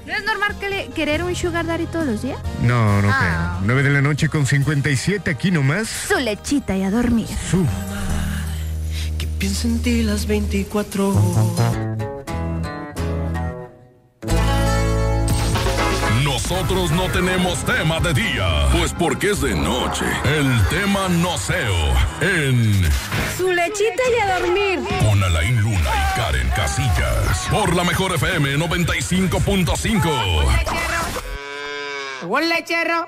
¿No es normal que le- querer un sugar daddy todos los días?
No, no
Ah.
creo. 9 de la noche con 57 aquí nomás.
Su lechita y a dormir.
Su.
Que pienso en ti las 24 horas.
Nosotros no tenemos tema de día, pues porque es de noche. El tema no seo en
Su lechita y a dormir.
Con Alain Luna y Karen Casillas. Por la mejor FM 95.5.
Llegó el lechero.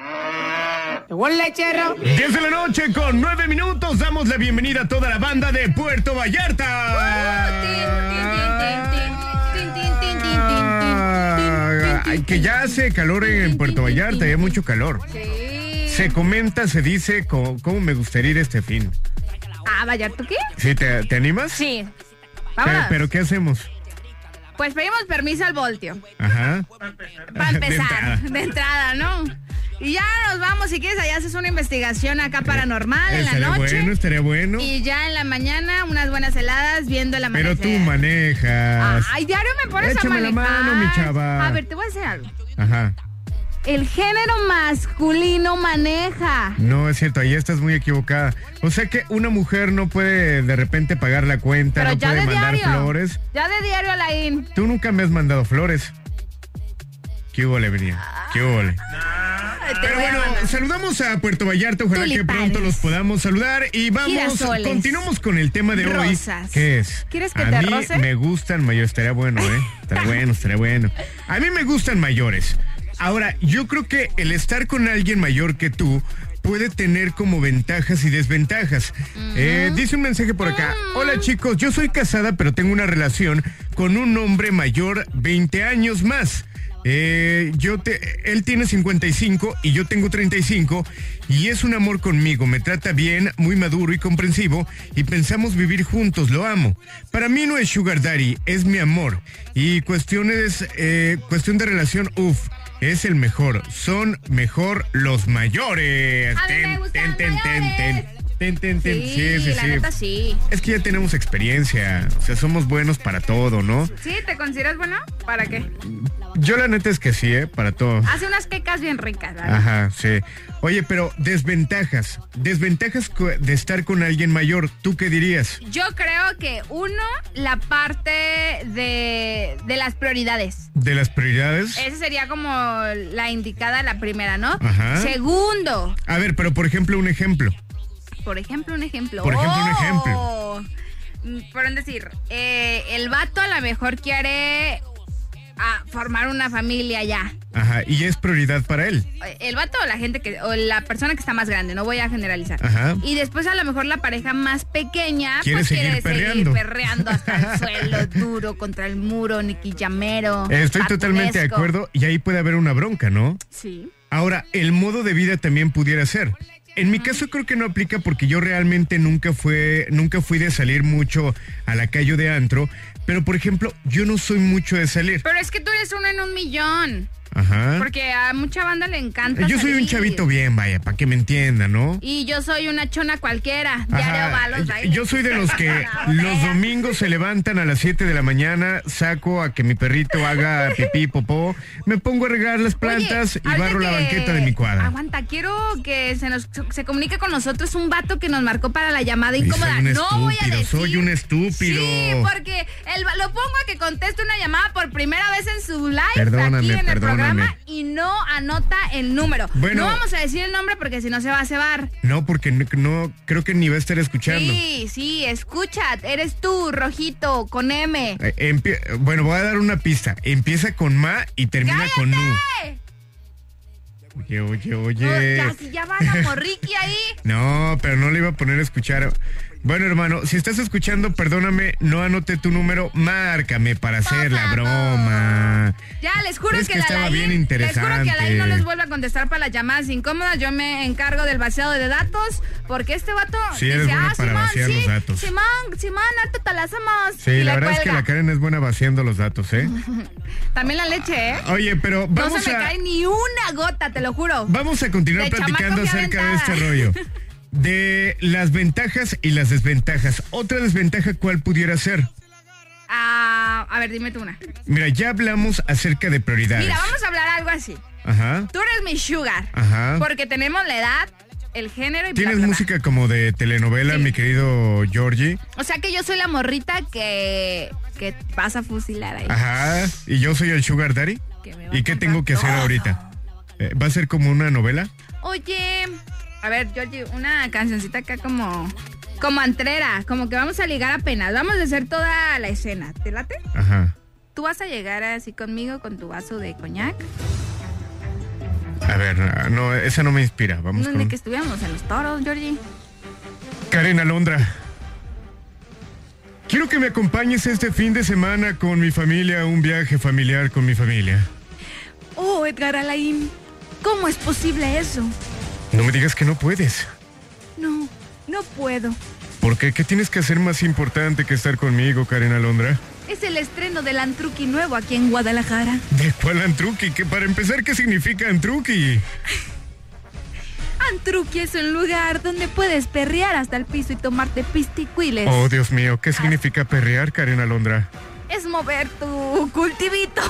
¡Hola, lechero!
10 de la noche con 9 minutos damos la bienvenida a toda la banda de Puerto
Ah,
Vallarta. Ay, que ya hace calor en Puerto Vallarta, hay mucho calor. Se comenta, se dice co- cómo me gustaría ir este fin.
Ah, vaya, ¿tú qué?
¿Sí te, te animas?
Sí.
Pero,
Vámonos.
pero ¿qué hacemos?
Pues pedimos permiso al voltio.
Ajá.
Para
De
empezar,
entrada.
de entrada, ¿no? Y ya nos vamos, si quieres, allá haces una investigación acá paranormal en la
Estaría
noche.
bueno, estaría bueno.
Y ya en la mañana, unas buenas heladas viendo el
Pero
amanecer.
tú manejas.
Ay, diario me pones
Échame
a
la
manejar.
mano, mi chava.
A ver, te voy a decir algo.
Ajá.
El género masculino maneja.
No, es cierto, ahí estás muy equivocada. O sea que una mujer no puede de repente pagar la cuenta,
Pero
no
ya
puede
de
mandar
diario.
flores.
Ya de diario, Alain.
Tú nunca me has mandado flores. ¿Qué hubo, venía? ¿Qué hubo?
Te
Pero
voy a
bueno,
mandar.
saludamos a Puerto Vallarta, ojalá que
Tulipanes.
pronto los podamos saludar y vamos,
Girasoles.
continuamos con el tema de hoy.
Rosas.
¿Qué es?
¿Quieres que
a
te
mí
roce?
me gustan mayores, estaría bueno, ¿eh? Estaría bueno, estaría bueno. A mí me gustan mayores. Ahora, yo creo que el estar con alguien mayor que tú puede tener como ventajas y desventajas. Eh, dice un mensaje por acá. Hola chicos, yo soy casada pero tengo una relación con un hombre mayor 20 años más. Eh, yo te, él tiene 55 y yo tengo 35 y es un amor conmigo, me trata bien, muy maduro y comprensivo y pensamos vivir juntos, lo amo. Para mí no es sugar daddy, es mi amor y cuestiones, eh, cuestión de relación, uff, es el mejor, son mejor los mayores.
A mí me gustan mayores.
ten, ten, ten.
Sí,
Sí, sí,
la
sí.
neta sí.
Es que ya tenemos experiencia, o sea, somos buenos para todo, ¿no?
¿Sí? ¿Te consideras bueno? ¿Para qué?
Yo la neta es que sí, ¿eh? Para todo.
Hace unas quecas bien ricas, ¿verdad?
Ajá, sí. Oye, pero desventajas. Desventajas cu- de estar con alguien mayor. ¿Tú qué dirías?
Yo creo que uno, la parte de, de las prioridades.
¿De las prioridades?
Esa sería como la indicada, la primera, ¿no?
Ajá.
Segundo,
A ver, pero por ejemplo, un ejemplo.
por ejemplo, un ejemplo.
Por ejemplo, un ejemplo.
ejemplo. Por decir, eh, el vato a lo mejor quiere ah, formar una familia ya.
Ajá, y es prioridad para él.
El vato o la gente que, o la persona que está más grande, no voy a generalizar.
Ajá.
Y después a lo mejor la pareja más pequeña
Quiere
pues
seguir
quiere
perreando.
seguir perreando hasta el suelo, duro, contra el muro, niquillamero.
Estoy totalmente de
cartunesco.
acuerdo y ahí puede haber una bronca, ¿no?
Sí.
Ahora, el modo de vida también pudiera ser. En mi caso creo que no aplica porque yo realmente nunca fue, nunca fui de salir mucho a la calle o de antro, pero por ejemplo, yo no soy mucho de salir.
Pero es que tú eres uno en un millón.
Ajá.
Porque a mucha banda le encanta.
¿Ah? Yo soy un
salir.
chavito bien, vaya, para que me entienda, ¿no?
Y yo soy una chona cualquiera.
Ajá,
Diario va a los
yo-
bailes.
Yo soy de los que los domingos se levantan a las 7 de la mañana, saco a que mi perrito haga pipí, popó, me pongo a regar las plantas
Oye,
y
ahorita
barro la
que-
banqueta de mi cuadra.
Aguanta, quiero que se nos se comunique con nosotros un vato que nos marcó para la llamada incómoda.
soy un
no voy a
estúpido,
decir.
soy un estúpido.
Sí, porque el va- lo pongo a que conteste una llamada por primera vez en su live
Perdóname,
aquí en el
perdóname.
programa y no anota el número.
Bueno.
no vamos a decir el nombre porque si no se va a cebar.
No, porque no, no- creo que ni va a estar escuchando.
Sí, sí, escucha, eres tú, rojito, con M.
Eh, empie- bueno, voy a dar una pista. Empieza con ma y termina con nu.
¡Cállate!
Oye, oye,
No,
oye.
Oh, ya, si ya van a morriqui ahí.
No, pero no le iba a poner a escuchar. Bueno, hermano, si estás escuchando, perdóname, no anoté tu número, márcame para hacer la
favor.
broma.
Ya, les juro
Es
que,
que
la
estaba
Alain-
bien interesante.
Les juro que Alain no les vuelve a contestar para las llamadas incómodas. Yo me encargo del vaciado de datos porque este vato
Sí, eres buena para vaciar
sí,
los datos".
Simón, Simón, harto te las amas".
Sí,
Y
la
le
verdad es que
cuelga.
la Karen es buena vaciando los datos, ¿eh?
También la leche, ¿eh?
Oye, pero Ah, vamos
no se me
a
cae ni una gota, te lo juro.
vamos a continuar
De
platicando
chamaco que
acerca de este
aventada.
rollo. De las ventajas y las desventajas. Otra desventaja, ¿cuál pudiera ser?
Ah, a ver, dime tú una.
Mira, ya hablamos acerca de prioridades.
Mira, vamos a hablar algo así.
Ajá.
Tú eres mi sugar.
Ajá.
Porque tenemos la edad, el género y bla,
Tienes
bla, bla.
música como de telenovela,
Sí.
mi querido Georgie.
O sea que yo soy la morrita que, que vas a fusilar ahí.
Ajá. ¿Y yo soy el Sugar Daddy?
Que me va
¿Y
a
qué
comprar
tengo que hacer
todo.
ahorita? Eh, ¿Va a ser como una novela?
Oye, a ver, Georgie, una cancioncita acá como. Como antrera, como que vamos a ligar apenas. Vamos a hacer toda la escena. ¿Te late?
Ajá.
Tú vas a llegar así conmigo con tu vaso de coñac.
A ver, no, esa no me inspira. Vamos
¿Dónde
con...
que estuviéramos? En los toros, Georgie.
Karen Alondra. Quiero que me acompañes este fin de semana con mi familia a un viaje familiar con mi familia.
Oh, Edgar Alain. ¿Cómo es posible eso?
No me digas que no puedes.
No, no puedo.
¿Por qué? ¿Qué tienes que hacer más importante que estar conmigo, Karen Alondra?
Es el estreno del Antruqui nuevo aquí en Guadalajara.
¿De cuál Antruqui? Que para empezar, ¿qué significa Antruqui?
Antruqui es un lugar donde puedes perrear hasta el piso y tomarte pisticuiles.
Oh, Dios mío, ¿qué significa perrear, Karen Alondra?
Es mover tu cultivito.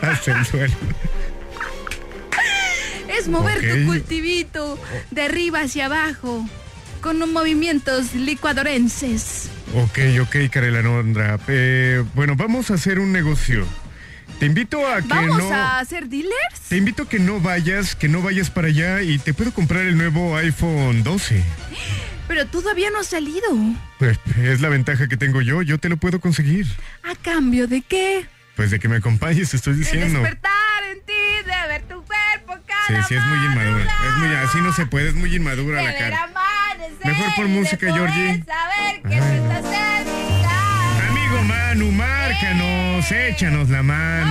Hasta el suelo.
Es mover
Ok.
tu cultivito de arriba hacia abajo con un- movimientos licuadorenses.
Ok, ok, Karen Alondra. Eh, bueno, vamos a hacer un negocio. Te invito a que
¿Vamos
no...
a ser dealers?
Te invito a que no vayas, que no vayas para allá y te puedo comprar el nuevo iPhone 12.
Pero tú todavía no has salido.
Pues es la ventaja que tengo yo, yo te lo puedo conseguir.
¿A cambio de qué?
Pues de que me acompañes, te estoy
De
diciendo.
despertar en ti, de ver tu cuerpo
Sí,
cada
sí, es muy inmadura. Es muy, así no se puede, es muy inmadura
De
la
ver
cara.
amanecer
Mejor por
y de
música,
poder
Georgie.
saber que pues, no estás en mi
Amigo Manu, márcanos, échanos la
Eh. No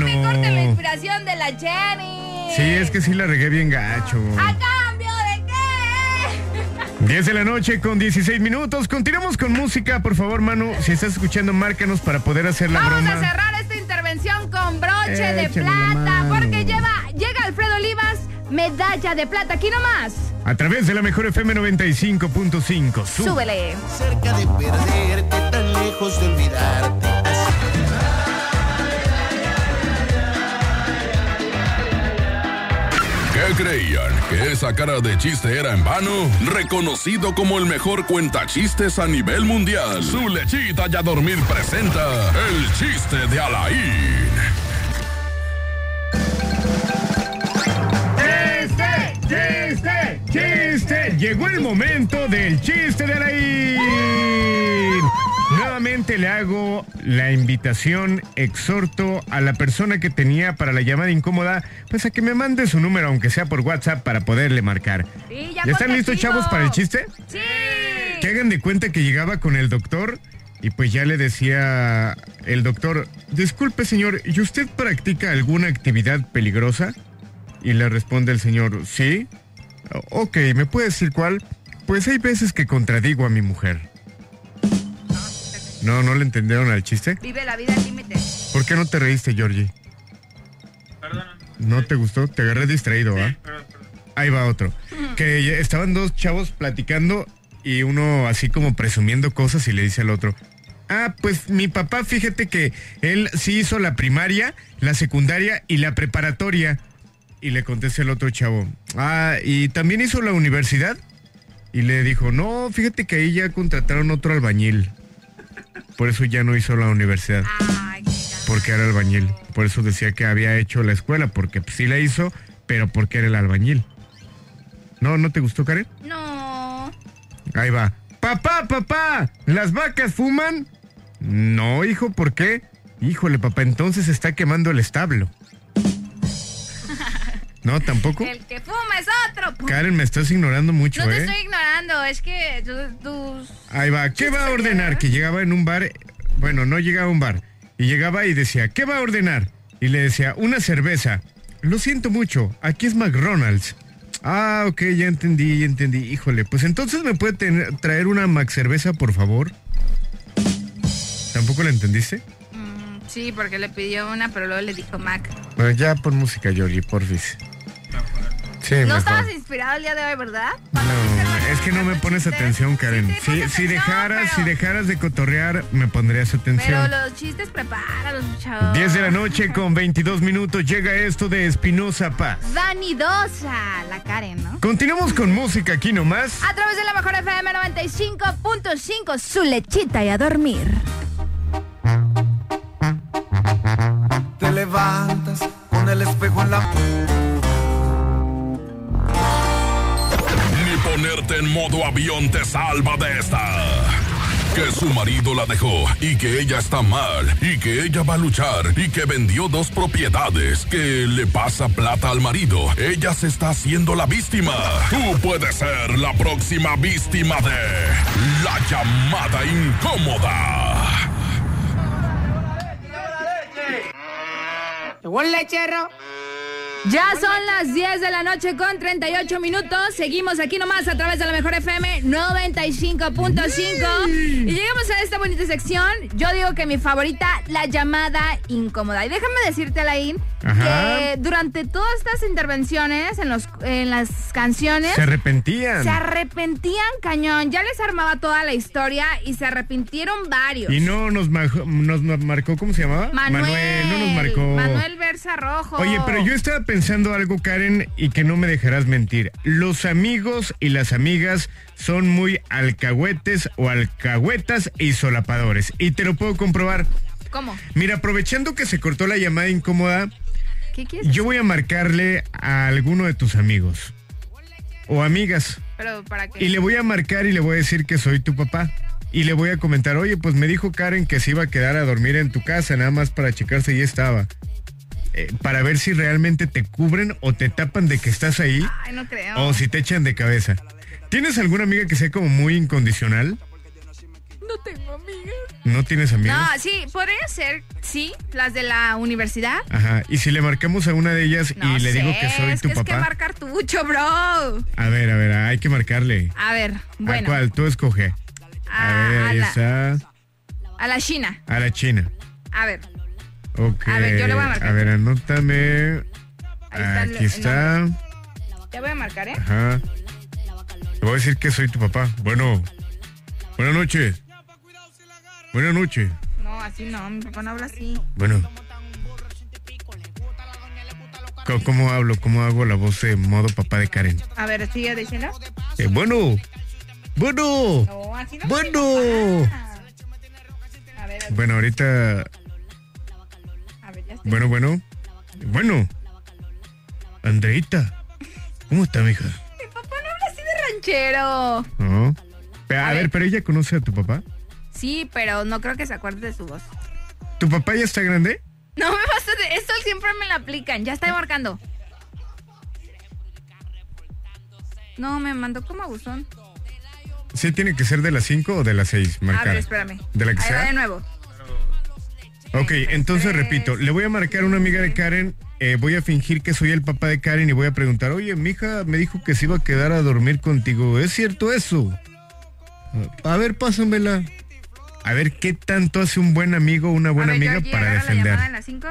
me corte la
mano.
inspiración de la Jenny.
Sí, es que sí la regué bien gacho.
¿A cambio de qué?
10 de la noche con 16 minutos. Continuamos con música, por favor, Manu. Si estás escuchando, márcanos para poder hacer la
Vamos a
broma.
cerrar esta intervención con broche de
Échale la
plata,
mano.
porque lleva, llega Alfredo Olivas, medalla de plata, aquí nomás.
A través de la mejor FM 95.5. Sube.
Súbele.
cerca de perderte, tan lejos de olvidarte. Así
¿Qué creían? ¿Que esa cara de chiste era en vano? Reconocido como el mejor cuentachistes a nivel mundial. Su lechita ya dormir presenta el chiste de Alain.
¡Chiste! ¡Chiste! ¡Chiste! Llegó el momento del chiste de Alain. Nuevamente le hago la invitación, exhorto a la persona que tenía para la llamada incómoda, pues a que me mande su número, aunque sea por WhatsApp, para poderle marcar.
Sí,
¿Ya están listos,
contestó.
chavos, para el chiste?
Sí.
Que hagan de cuenta que llegaba con el doctor y pues ya le decía el doctor, disculpe señor, ¿y usted practica alguna actividad peligrosa? Y le responde el señor, sí. Ok, ¿me puede decir cuál? Pues hay veces que contradigo a mi mujer. No, no le entendieron al chiste.
Vive la vida al límite.
¿Por qué no te reíste, Georgie? ¿No te gustó? Te agarré distraído, ¿ah? Ahí va otro. Que ya estaban dos chavos platicando y uno así como presumiendo cosas y le dice al otro, ah, pues mi papá, fíjate que él sí hizo la primaria, la secundaria y la preparatoria. Y le contesta el otro chavo, ah, ¿y también hizo la universidad? Y le dijo, no, fíjate que ahí ya contrataron otro albañil. Por eso ya no hizo la universidad porque era albañil. Por eso decía que había hecho la escuela, porque pues, sí la hizo, pero porque era el albañil. ¿No, no te gustó, Karen?
No.
Ahí va. Papá, papá, ¿las vacas fuman? No, hijo, ¿por qué? Híjole, papá, entonces está quemando el establo. No, tampoco.
El que fuma es otro. po.
Karen, me estás ignorando mucho,
no te
¿eh?
estoy ignorando, es que tú- tus
Ahí va. ¿Qué va a ordenar? Que llegaba en un bar. Bueno, no llegaba a un bar. Y llegaba y decía, ¿qué va a ordenar? Y le decía, una cerveza. Lo siento mucho, aquí es McDonald's. Ah, ok, ya entendí, ya entendí. Híjole, pues entonces me puede tener- traer una Mac cerveza, por favor. ¿Tampoco la entendiste?
Sí, porque le pidió una, pero luego le dijo Mac.
Bueno, Pues ya pon música, Georgie, porfis. Sí,
No
mejor.
estabas inspirado el día de hoy, ¿verdad?
No, es que no me pones atención, Karen. Si, si dejaras, si dejaras de cotorrear, me pondrías atención.
Pero los chistes prepáralos, chavos.
10 de la noche con 22 minutos llega esto de Espinosa Paz.
Vanidosa, la Karen, ¿no?
Continuamos con música aquí nomás.
Ah,
A través de la mejor FM 95.5, su lechita y a dormir.
Te levantas con el espejo en la
Ni ponerte en modo avión te salva de esta. que su marido la dejó y que ella está mal y que ella va a luchar y que vendió dos propiedades, que le pasa plata al marido. Ella se está haciendo la víctima. Tú puedes ser la próxima víctima de la llamada incómoda.
Llegó el lechero.
Ya son las 10 de la noche con 38 minutos. Seguimos aquí nomás a través de la mejor FM 95.5. Y llegamos a esta bonita sección. Yo digo que mi favorita, la llamada incómoda. Y déjame decirte, Alain,
Ajá.
que durante todas estas intervenciones en, los, en las canciones.
Se arrepentían.
se arrepentían cañón, ya les armaba toda la historia y se arrepintieron varios.
y no nos, majo- nos ma- marcó, ¿cómo se llamaba?
Manuel,
no nos marcó.
Manuel Versa Rojo.
Oye, pero yo estaba pensando algo, Karen, y que no me dejarás mentir. Los amigos y las amigas son muy alcahuetes o alcahuetas y solapadores. Y te lo puedo comprobar.
¿Cómo?
Mira, aprovechando que se cortó la llamada incómoda,
¿Qué quieres?
yo voy a marcarle a alguno de tus amigos o amigas.
Pero para qué?
Y le voy a marcar y le voy a decir que soy tu papá. Y le voy a comentar, oye, pues me dijo Karen que se iba a quedar a dormir en tu casa, nada más para checar si ya estaba. Eh, para ver si realmente te cubren o te tapan de que estás ahí
Ay, no creo.
o si te echan de cabeza. ¿Tienes alguna amiga que sea como muy incondicional?
No tengo amigas.
¿No tienes amigas?
No, sí, podría ser, sí, las de la universidad.
Ajá. ¿Y si le marcamos a una de ellas
No
y le
sé,
digo que soy
es
tu
que es que
papá?
marca Artucho, bro.
A ver, a ver, hay que marcarle.
A ver,
¿A
bueno,
cuál? Tú escoge. A,
A-
ver,
a
ahí
la-
está.
a la China.
A la China.
A ver,
Ok.
A ver, yo le voy a marcar.
A ver, anótame.
está el-
Aquí está.
te voy a marcar, ¿eh?
Ajá. Te voy a decir que soy tu papá. Bueno. Buenas noches. Buenas noches.
No, así no, mi papá no habla así.
Bueno. Co- ¿Cómo hablo? ¿Cómo hago la voz de modo papá de Karen?
A ver, sigue diciendo.
Eh, bueno. Bueno.
No, así no.
Bueno.
A ver,
Bueno, ahorita.
a ver, ya está.
Bueno, bueno. Bueno. Andreita. ¿Cómo está, mija?
Mi papá no habla así de ranchero.
No. Pe- A, ver, pero ella conoce a tu papá.
Sí, pero no creo que se acuerde de su voz.
¿Tu papá ya está grande?
No me vas a... de- Esto siempre me lo aplican. Ya está marcando. No, me mandó como abusón.
Sí, tiene que ser de las 5 o de las 6,
A ver,
marcar.
espérame.
¿De la que
Ahí va
sea?
de nuevo.
Ok, entonces repito, le voy a marcar a una amiga de Karen, eh, voy a fingir que soy el papá de Karen y voy a preguntar, oye, mi hija me dijo que se iba a quedar a dormir contigo, ¿es cierto eso? A ver, pásamela. A ver, ¿qué tanto hace un buen amigo o una buena
a ver,
amiga
Georgie,
para
agarra la
defender?
llamada en las 5.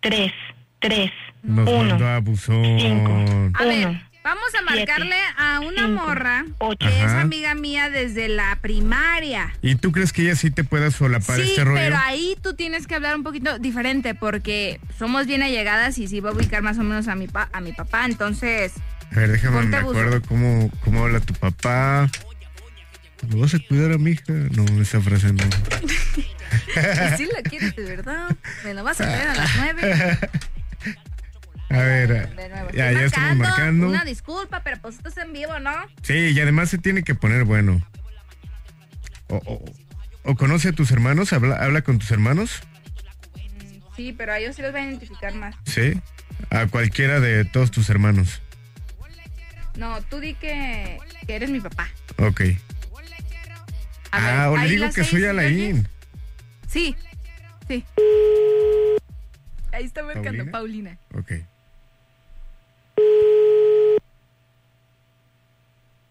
3, 3,
Nos
Uno,
mandó a buzón.
A ver,
Uno,
vamos a marcarle a una morra que
Ajá.
es amiga mía desde la primaria.
¿Y tú crees que ella sí te pueda solapar
Sí,
este rollo?
pero ahí tú tienes que hablar un poquito diferente porque somos bien allegadas y sí va a ubicar más o menos a mi, pa- a mi papá. Entonces,
A ver, déjame,
Ponte
me
abuso.
acuerdo cómo, cómo habla tu papá. ¿Lo vas a cuidar a mi hija? No, esa frase no.
y sí la quieres de verdad. Me lo vas a traer a las nueve.
A ver, ah,
De nuevo.
ya,
Estoy
ya estamos marcando.
Una disculpa, pero pues esto es en vivo, ¿no?
Sí, y además se tiene que poner bueno. O, o- o conoce a tus hermanos, habla, habla con tus hermanos,
Sí, pero a ellos sí los voy a identificar más.
¿sí? A cualquiera de todos tus hermanos.
No, tú di que, que eres mi papá.
Ok. ah, o le
ahí
digo
las
que
seis,
soy
¿sí,
Alain.
Sí, sí. Ahí está marcando
¿Paulina?
Paulina.
Ok.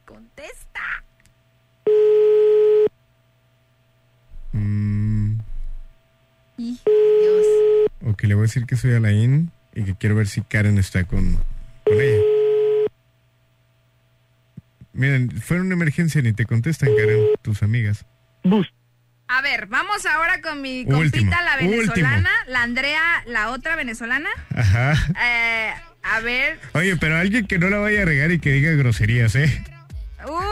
Contesta.
Mm,
Y Dios.
ok, le voy a decir que soy Alain y que quiero ver si Karen está con, con ella. Miren, fue una emergencia, ni te contestan, Karen, tus amigas.
A ver, vamos ahora con mi
Último,
compita, la
último.
venezolana, la Andrea, la otra venezolana.
Ajá.
Eh, a ver,
Oye, pero alguien que no la vaya a regar y que diga groserías, ¿eh?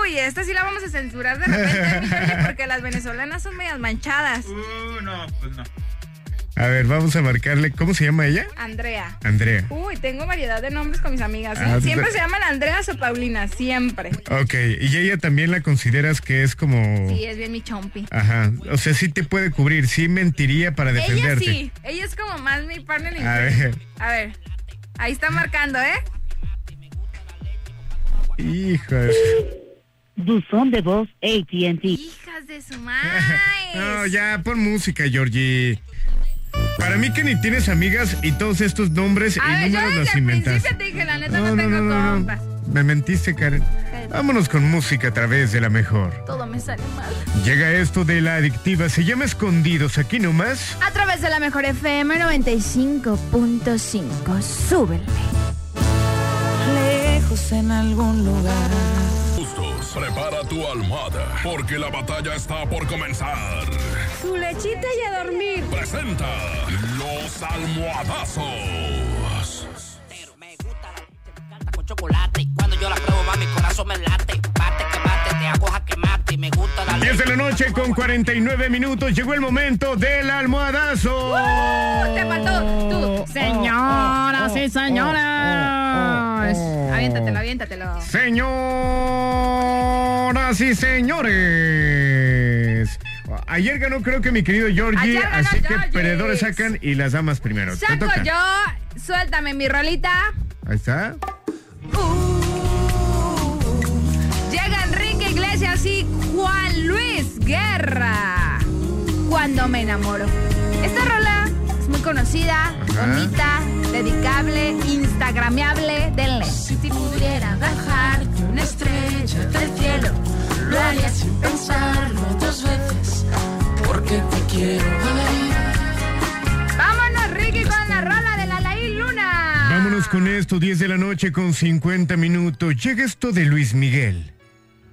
uy, esta sí la vamos a censurar de repente, mi Jorge, porque las venezolanas son medias manchadas.
Uh, no, pues no.
A ver, vamos a marcarle. ¿Cómo se llama ella?
Andrea.
Andrea.
Uy, tengo variedad de nombres con mis amigas. ¿eh?
Ah,
siempre
pero-
se llaman Andreas o Paulina, siempre.
Ok, y ella también la consideras que es como...
Sí, es bien mi chompi.
Ajá, o sea, sí te puede cubrir, sí mentiría para
Ella
defenderte.
sí, ella es como más mi partner. in
A
crime.
ver.
A ver, ahí está marcando, ¿eh?
Híjole.
Buzón de voz AT&T.
Hijas de su madre.
No,
Pues.
ya, pon música, Georgie. Para mí que ni tienes amigas y todos estos nombres
A
y
ver, yo
números
desde
los
el
inventas.
principio te dije, la neta
No,
no,
no,
tengo
no, no, no.
compas.
Me mentiste, Karen.
Cállate.
Vámonos con música a través de la mejor.
Todo me sale mal.
Llega esto de la adictiva, se llama Escondidos, aquí nomás.
A través de la mejor FM 95.5. Súbele.
Lejos en algún lugar.
Justos, prepara tu almohada, porque la batalla está por comenzar.
Su lechita y a dormir.
Presenta los almohadazos.
con chocolate. Cuando yo la pruebo, va mi corazón me late. Bate que bate, te hago jaque mate. Me gusta la
10 de la noche con 49 minutos, llegó el momento del almohadazo.
¡Uh!
Oh,
Te faltó tú. Señoras y
oh,
señores. Aviéntatelo, aviéntatelo.
Señoras y señores. Ayer ganó creo que mi querido Georgie,
Ayer ganó
así que
Georgie.
perdedores sacan y las damas primero. Te
Saco
toca.
yo, suéltame mi rolita.
Ahí está.
Uh, Llega Enrique Iglesias y Juan Luis Guerra. Cuando me enamoro. Esta rola es muy conocida,
Ajá.
bonita, dedicable, instagrameable. Denle. Si pudiera bajar una estrella del cielo,
Lo haría sin pensarlo dos veces. Porque te quiero.
Vámonos, Ricky, con la rola de la Laí Luna.
Vámonos con esto, 10 de la noche con 50 minutos. Llega esto de Luis Miguel.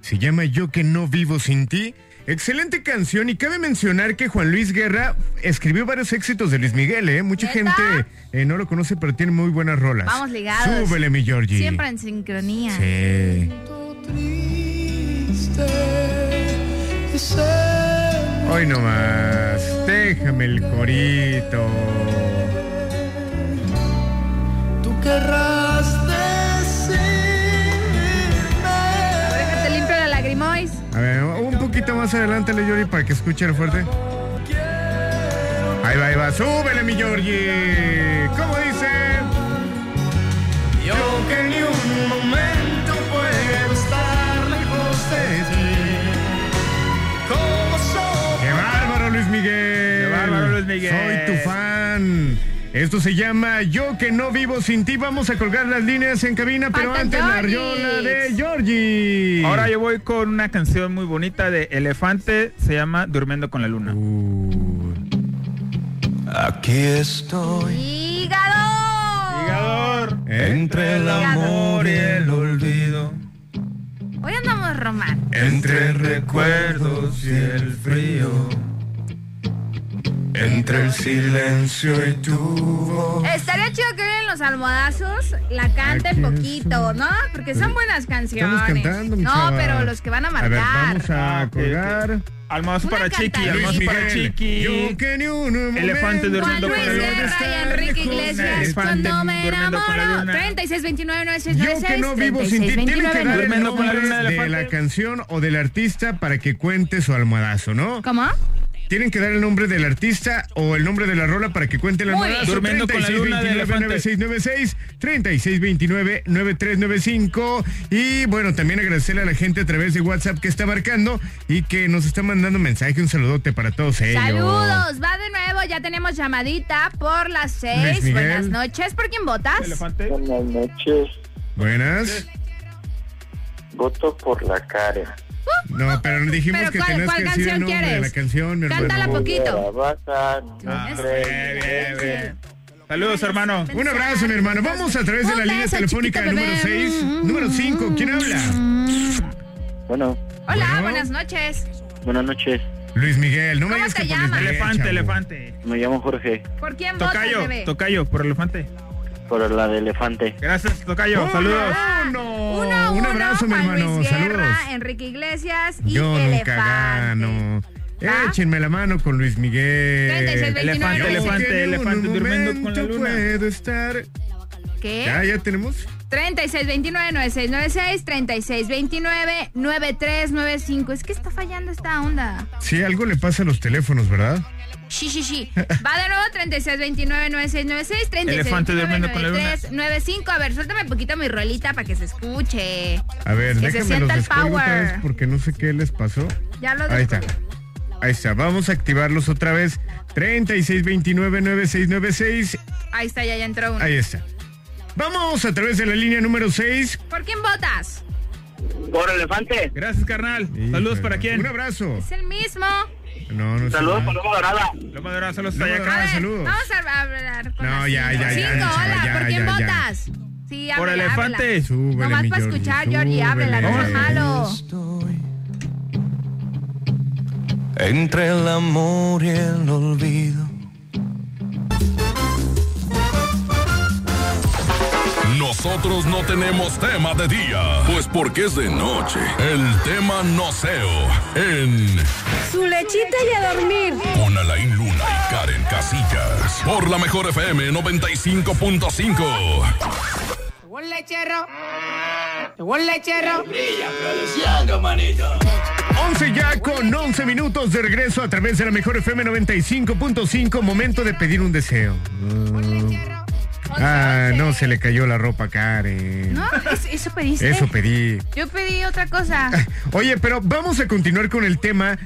Se llama Yo que no vivo sin ti. Excelente canción y cabe mencionar que Juan Luis Guerra escribió varios éxitos de Luis Miguel, ¿eh? Mucha
¿Neta?
gente eh, no lo conoce, pero tiene muy buenas rolas.
Vamos ligados.
Súbele, mi Georgie.
Siempre en sincronía.
Sí. Hoy nomás, déjame el corito.
Tú querrás decirme.
Déjate limpio la lagrimois.
A ver, un poquito más adelante, le Georgie, para que escuche el fuerte. Ahí va, ahí va, súbele, mi Georgie. ¿Cómo dice?
Yo que ni un momento puedo estar lejos de ti. Como soy.
¡Qué bárbaro, Luis Miguel!
¡Qué bárbaro, Luis Miguel!
Soy tu fan. Esto se llama Yo que no vivo sin ti. Vamos a colgar las líneas en cabina, pero
Falta
antes la
Georgie.
riola de Georgie.
Ahora yo voy con una canción muy bonita de Elefante, se llama Durmiendo con la Luna.
Aquí estoy.
¡Hígado!
Entre el amor y el olvido.
Hoy andamos román.
Entre recuerdos y el frío. Entre el silencio y tu voz.
Estaría chido que en los almohadazos la canten poquito, ¿no? Porque son buenas canciones.
Estamos cantando, mi
No,
chava.
pero los que van a marcar. Ah,
a colgar.
Almohadas para Chiqui,
cantadita.
almohadas
Luis
para
Miguel,
Chiqui.
yo que ni un momento
Elefante durmiendo
Juan
con la
Luis
luna.
Guerra
Ay, Enrique Iglesias,
Elefante
cuando me
durmiendo con la
enamoro.
luna.
36299696.
Yo que
este?
no vivo sin ti. Tienes que dar el
Durmiendo con la
nombre
luna de
de la
elefante.
canción o del artista para que cuente su almohadazo, ¿no?
¿Cómo?
Tienen que dar el nombre del artista o el nombre de la rola para que cuente el
Muy
almohadazo.
bien. Durmiendo con la luna de
3629-9696, 3629-9395. Y bueno, también agradecerle a la gente a través de WhatsApp que está marcando y que nos está mandando mensaje. Un saludote para todos ellos.
Saludos, va de nuevo, ya tenemos llamadita por las
Luis
6.
Miguel.
Buenas noches, ¿por quién votas?
Buenas noches.
Buenas.
Voto por la cara.
No, pero dijimos
Pero
que
¿cuál-
tenías
cuál
que decir el
canción
nombre de la
quieres?
canción, mi hermano.
Cántala poquito.
Ah,
Saludos, hermano.
Un abrazo, mi hermano. Vamos a través de la línea telefónica número 6, número 5. ¿Quién habla?
Bueno,
Hola, buenas noches.
buenas noches.
Luis Miguel, no
me ¿Cómo digas te que por Luis llamas? Miguel,
Elefante,
chavo.
elefante.
Me llamo Jorge,
¿Por quién
Tocayo,
votas, bebé?
tocayo, por elefante.
por la de elefante.
Gracias, tocayo. Saludos.
Ah,
Uno,
Uno a
un
uno,
abrazo, mi
Juan
hermano.
Luis Guerra,
Saludos.
Enrique Iglesias y
Yo nunca
Elefante.
gano.
¿Va?
Échenme la mano con Luis Miguel.
3629. Elefante,
elefante,
Yo
elefante,
en un
durmiendo con
momento
la luna.
puedo estar.
¿Qué?
Ya, ya tenemos.
3629-9696, 3629-9395. Es que está fallando esta onda.
Sí, algo le pasa a los teléfonos, ¿verdad?
Sí, sí, sí. Va de nuevo 3629-9696, 3629-9395. A ver, suéltame un poquito mi rolita para que se escuche.
A ver,
Que se
déjenme
sienta
los
el
descuelgo otra
power.
vez porque no sé qué les pasó.
Ya lo
Ahí está. Ahí está. Vamos a activarlos otra vez. 3629-9696.
Ahí está, ya, ya entró uno.
Ahí está. Vamos a través de la línea número 6.
¿Por quién votas?
Por elefante.
Gracias, carnal. Saludos para quién.
Un abrazo.
Es el mismo.
No, no
Saludos
para
Paloma Dorada.
Paloma Dorada, saludos
Paloma
para allá,
Dorada,
carnal.
saludos.
Vamos a hablar con
No,
la
ya, ya,
cinco.
ya,
Cinco,
Chava,
hola,
ya,
¿por quién
ya, ya.
votas? Sí,
Por
Este
háblale, háblale.
elefante.
Súbele,
Nomás
mi
para
Jordi,
escuchar, Jordi, háblala, no seas
súbele.
malo.
Entre el amor y el olvido.
Nosotros no tenemos tema de día, pues porque es de noche. El tema no seo en
Su lechita y a dormir.
con Alain Luna y Karen Casillas por la mejor FM 95.5.
Llegó el lechero. Llegó el lechero. Brilla,
11 ya con 11 minutos de regreso a través de la mejor FM 95.5. Momento de pedir un deseo. Ah, no, se le cayó la ropa, a Karen.
¿No? ¿Es- ¿Eso pediste?
Eso pedí.
Yo pedí otra cosa.
Oye, pero vamos a continuar con el tema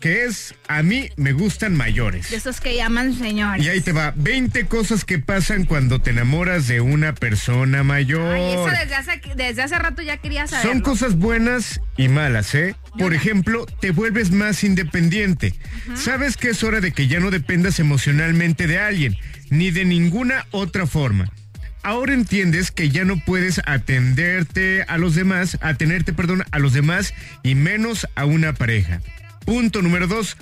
que es A mí me gustan mayores.
De esos que llaman señores.
Y ahí te va, 20 cosas que pasan cuando te enamoras de una persona
Ay, eso
mayor.
desde hace, desde hace rato ya quería saber.
Son cosas buenas y malas, ¿eh? Por ejemplo, te vuelves más independiente. Sabes que es hora de que ya no dependas emocionalmente de alguien, ni de ninguna otra forma. Ahora entiendes que ya no puedes atenderte a los demás, atenerte, perdón, a los demás y menos a una pareja. Punto número dos,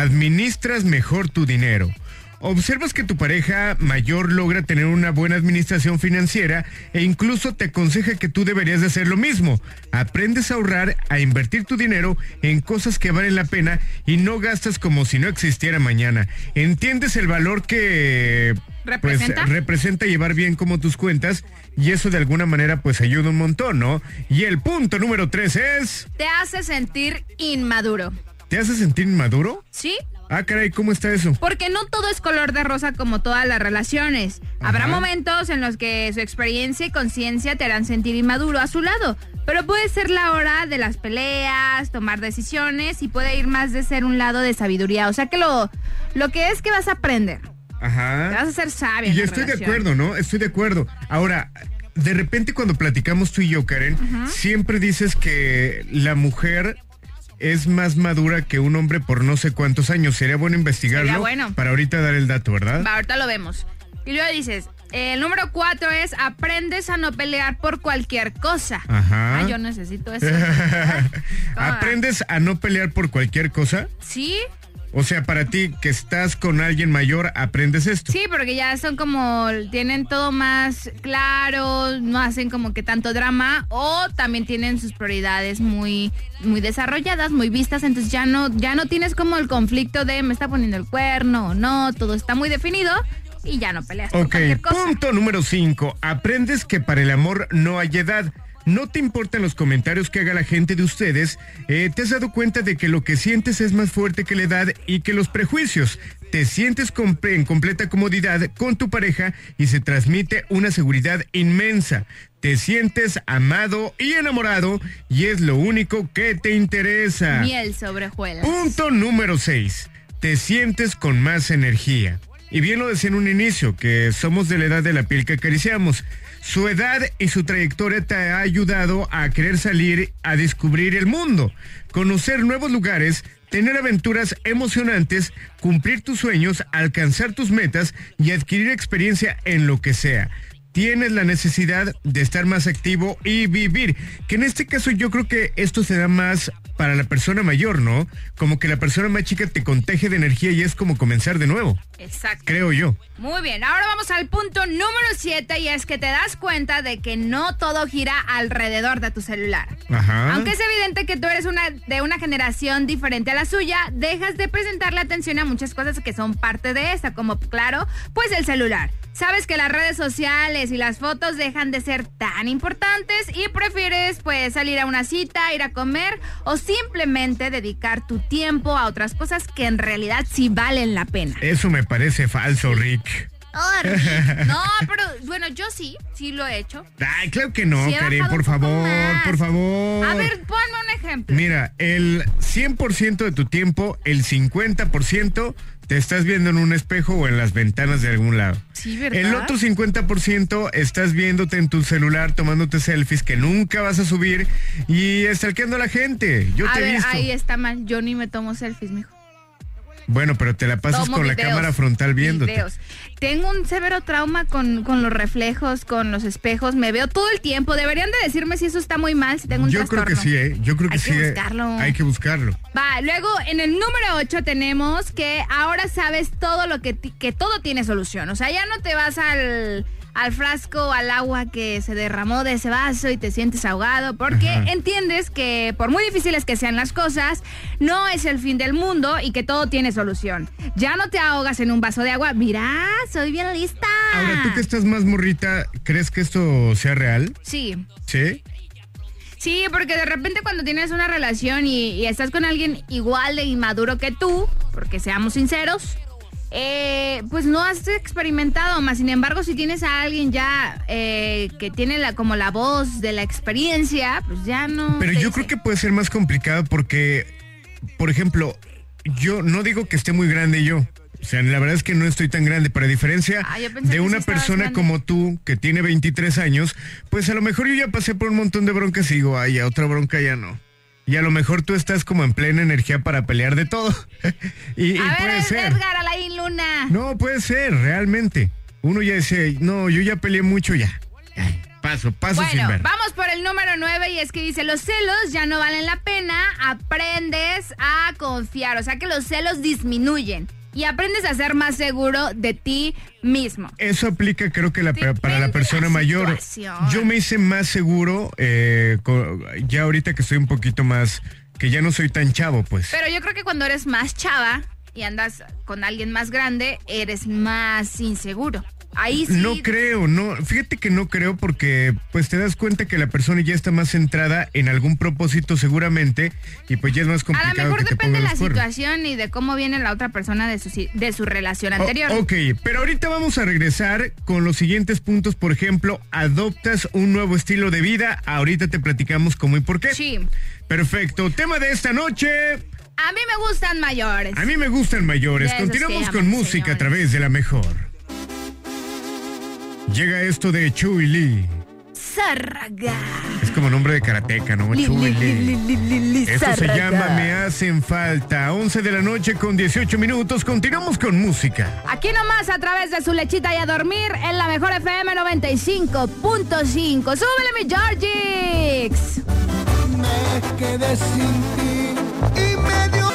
administras mejor tu dinero. Observas que tu pareja mayor logra tener una buena administración financiera e incluso te aconseja que tú deberías de hacer lo mismo. Aprendes a ahorrar, a invertir tu dinero en cosas que valen la pena y no gastas como si no existiera mañana. Entiendes el valor que pues,
¿Representa?
representa llevar bien como tus cuentas y eso de alguna manera pues ayuda un montón, ¿no? Y el punto número tres es,
Te hace sentir inmaduro.
¿te hace sentir inmaduro?
¿Sí?
Ah, caray, ¿cómo está eso?
Porque no todo es color de rosa como todas las relaciones. Habrá momentos en los que su experiencia y conciencia te harán sentir inmaduro a su lado. Pero puede ser la hora de las peleas, tomar decisiones y puede ir más de ser un lado de sabiduría. O sea que lo, lo que es que vas a aprender.
Ajá.
Te vas a ser sabio. en
Y
la
estoy de
relación.
acuerdo, ¿no? Estoy de acuerdo. Ahora, de repente cuando platicamos tú y yo, Karen, siempre dices que la mujer es más madura que un hombre por no sé cuántos años. Sería bueno investigarlo
Sería bueno.
para ahorita dar el dato, ¿verdad?
Va, ahorita lo vemos. Y luego dices, el número cuatro es aprendes a no pelear por cualquier cosa.
Ajá.
Ah, yo Ah. necesito eso.
¿Aprendes a no pelear por cualquier cosa?
¿Sí?
O sea, para ti que estás con alguien mayor, ¿aprendes esto?
Sí, porque ya son como, tienen todo más claro, no hacen como que tanto drama o también tienen sus prioridades muy, muy desarrolladas, muy vistas, entonces ya no, ya no tienes como el conflicto de me está poniendo el cuerno o no, todo está muy definido y ya no peleas por
Ok,
cualquier cosa.
punto número 5. Aprendes que para el amor no hay edad. No te importan los comentarios que haga la gente de ustedes. eh, te has dado cuenta de que lo que sientes es más fuerte que la edad y que los prejuicios. Te sientes comple- en completa comodidad con tu pareja y se transmite una seguridad inmensa. Te sientes amado y enamorado y es lo único que te interesa.
Miel sobre hojuelas.
Punto número 6. Te sientes con más energía. Y bien lo decía en un inicio, que somos de la edad de la piel que acariciamos. Su edad y su trayectoria te ha ayudado a querer salir a descubrir el mundo, conocer nuevos lugares, tener aventuras emocionantes, cumplir tus sueños, alcanzar tus metas y adquirir experiencia en lo que sea tienes la necesidad de estar más activo y vivir. Que en este caso yo creo que esto se da más para la persona mayor, ¿no? Como que la persona más chica te contagia de energía y es como comenzar de nuevo.
Exacto.
Creo yo.
Muy bien, ahora vamos al punto número 7 y es que te das cuenta de que no todo gira alrededor de tu celular.
Ajá.
Aunque es evidente que tú eres una de una generación diferente a la suya, dejas de prestarle atención a muchas cosas que son parte de esta, como claro, pues el celular. Sabes que las redes sociales y las fotos dejan de ser tan importantes y prefieres pues salir a una cita, ir a comer o simplemente dedicar tu tiempo a otras cosas que en realidad sí valen la pena.
Eso me parece falso, Rick.
No, pero bueno, yo sí, sí lo he hecho.
Ay, claro que no,
Sí, he
Karen,
bajado
por
un poco
favor,
más.
por favor.
A ver, ponme un ejemplo.
Mira, el 100% de tu tiempo, el 50% te estás viendo en un espejo o en las ventanas de algún lado.
Sí, ¿verdad?
El otro 50% estás viéndote en tu celular, tomándote selfies que nunca vas a subir y estalqueando a la gente. Yo
a
te he
ver,
visto.
ahí está mal. Yo ni me tomo selfies, mijo.
Bueno, pero te la pasas
Tomo
con la
videos,
cámara frontal viéndote.
videos. Tengo un severo trauma con, con los reflejos, con los espejos. Me veo todo el tiempo. Deberían de decirme si eso está muy mal, si tengo un
Yo creo que
trastorno.
sí, ¿eh? Yo creo que
Hay
sí.
que
eh.
buscarlo.
Hay que buscarlo.
Va, luego en el número 8 tenemos que ahora sabes todo lo que, ti- que todo tiene solución. O sea, ya no te vas al, al frasco, al agua que se derramó de ese vaso y te sientes ahogado, porque
Ajá.
entiendes que por muy difíciles que sean las cosas, no es el fin del mundo y que todo tiene solución. Ya no te ahogas en un vaso de agua. Mirá, soy bien lista.
Ahora,
Ah.
tú que estás más morrita, ¿crees que esto sea real?
Sí.
¿Sí?
Sí, porque de repente cuando tienes una relación y, y estás con alguien igual de inmaduro que tú, porque seamos sinceros, eh, pues no has experimentado más. Sin embargo, si tienes a alguien ya eh, que tiene la, como la voz de la experiencia, pues ya no.
Pero
te
yo
dice-
creo que puede ser más complicado porque, por ejemplo, yo no digo que esté muy grande yo. O sea, la verdad es que no estoy tan grande, pero a diferencia
Ah, yo
de
pensé que sí
una
estabas
persona
grande.
como tú, que tiene 23 años, pues a lo mejor yo ya pasé por un montón de broncas y digo, ay, a otra bronca ya no. Y a lo mejor tú estás como en plena energía para pelear de todo. y y
A ver,
puede
Ed-
ser.
Edgar Alain Luna.
No, puede ser, realmente. Uno ya dice, no, yo ya peleé mucho ya. Ay, Paso, paso sin
Bueno,
ver.
vamos por el número 9 y es que dice, los celos ya no valen la pena, aprendes a confiar, o sea que los celos disminuyen y aprendes a ser más seguro de ti mismo.
Eso aplica creo que la- para la persona
la
mayor.
situación.
Yo me hice más seguro eh, co- ya ahorita que estoy un poquito más, que ya no soy tan chavo, pues.
Pero yo creo que cuando eres más chava y andas con alguien más grande, eres más inseguro. Ahí sí.
No creo, no, fíjate que no creo porque pues te das cuenta que la persona ya está más centrada en algún propósito seguramente y pues ya es más
a
complicado.
lo mejor
que te
depende de
pongan
la
los cuernos.
situación y de cómo viene la otra persona de su, si- de su relación anterior.
O- Oh, ok, pero ahorita vamos a regresar con los siguientes puntos. Por ejemplo, adoptas un nuevo estilo de vida. Ahorita te platicamos cómo y por qué.
Sí.
Perfecto. Tema de esta noche.
A mí me gustan mayores.
A mí me gustan mayores.
De esos que
Continuamos
aman,
con música a través de la mejor. Llega esto de Chuy Lee.
Zárraga.
Es como nombre de karateca, ¿no?
Li-
Chuy
li- li-
Lee.
li- li- li-
Esto se
Zárraga.
llama Me hacen falta. 11 de la noche con 18 minutos. Continuamos con música.
Aquí nomás a través de su lechita y a dormir en la mejor FM 95.5. ¡Súbele mi Georgix!
Me quedé sin ti y me dio.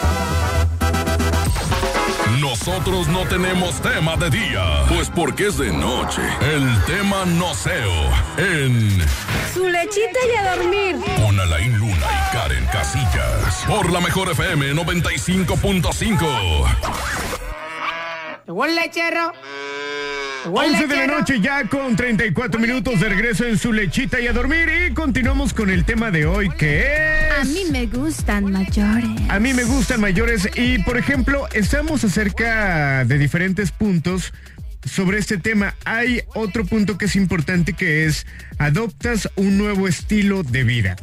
Nosotros no tenemos tema de día, pues porque es de noche. El tema no seo en
Su lechita y a dormir.
Con Alain Luna y Karen Casillas por la mejor FM 95.5.
Llegó el lechero. Llegó el
11 de la
lechero.
noche ya con 34 minutos de regreso en su lechita y a dormir y continuamos con el tema de hoy que es...
A mí me gustan mayores.
A mí me gustan mayores y por ejemplo estamos acerca de diferentes puntos sobre este tema. Hay otro punto que es importante que es adoptas un nuevo estilo de vida.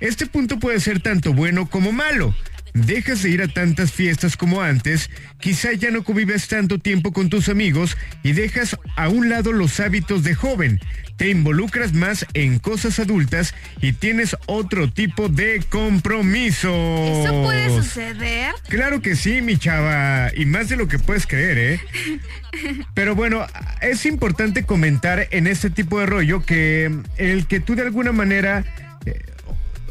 Este punto puede ser tanto bueno como malo. Dejas de ir a tantas fiestas como antes, quizá ya no convives tanto tiempo con tus amigos y dejas a un lado los hábitos de joven. Te involucras más en cosas adultas y tienes otro tipo de compromiso.
¿Eso puede suceder?
Claro que sí, mi chava, y más de lo que puedes creer, ¿eh? Pero bueno, es importante comentar en este tipo de rollo que el que tú de alguna manera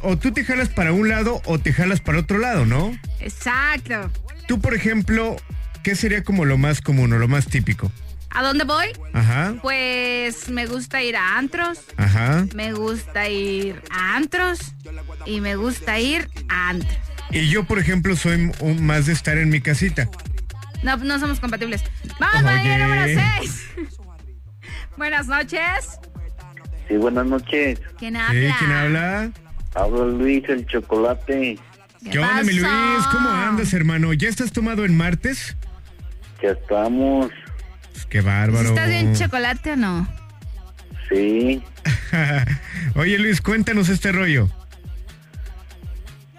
o tú te jalas para un lado o te jalas para otro lado, ¿no?
Exacto.
Tú, por ejemplo, ¿qué sería como lo más común o lo más típico?
¿A dónde voy?
Ajá.
Pues me gusta ir a antros.
Ajá.
Me gusta ir a antros. Y me gusta ir a antros.
Y yo, por ejemplo, soy un- más de estar en mi casita.
No, no somos compatibles. Vamos,
Oye.
María número 6. Buenas noches.
Sí, buenas noches.
¿Quién
¿Eh?
habla?
¿Quién habla?
Hablo Luis, el chocolate.
¿Qué
¿Qué onda, mi
pasó?
Luis? ¿Cómo andas, hermano? ¿Ya estás tomado en martes?
Ya estamos.
Pues, qué bárbaro.
¿Estás bien chocolate o no?
Sí.
Oye, Luis, cuéntanos este rollo.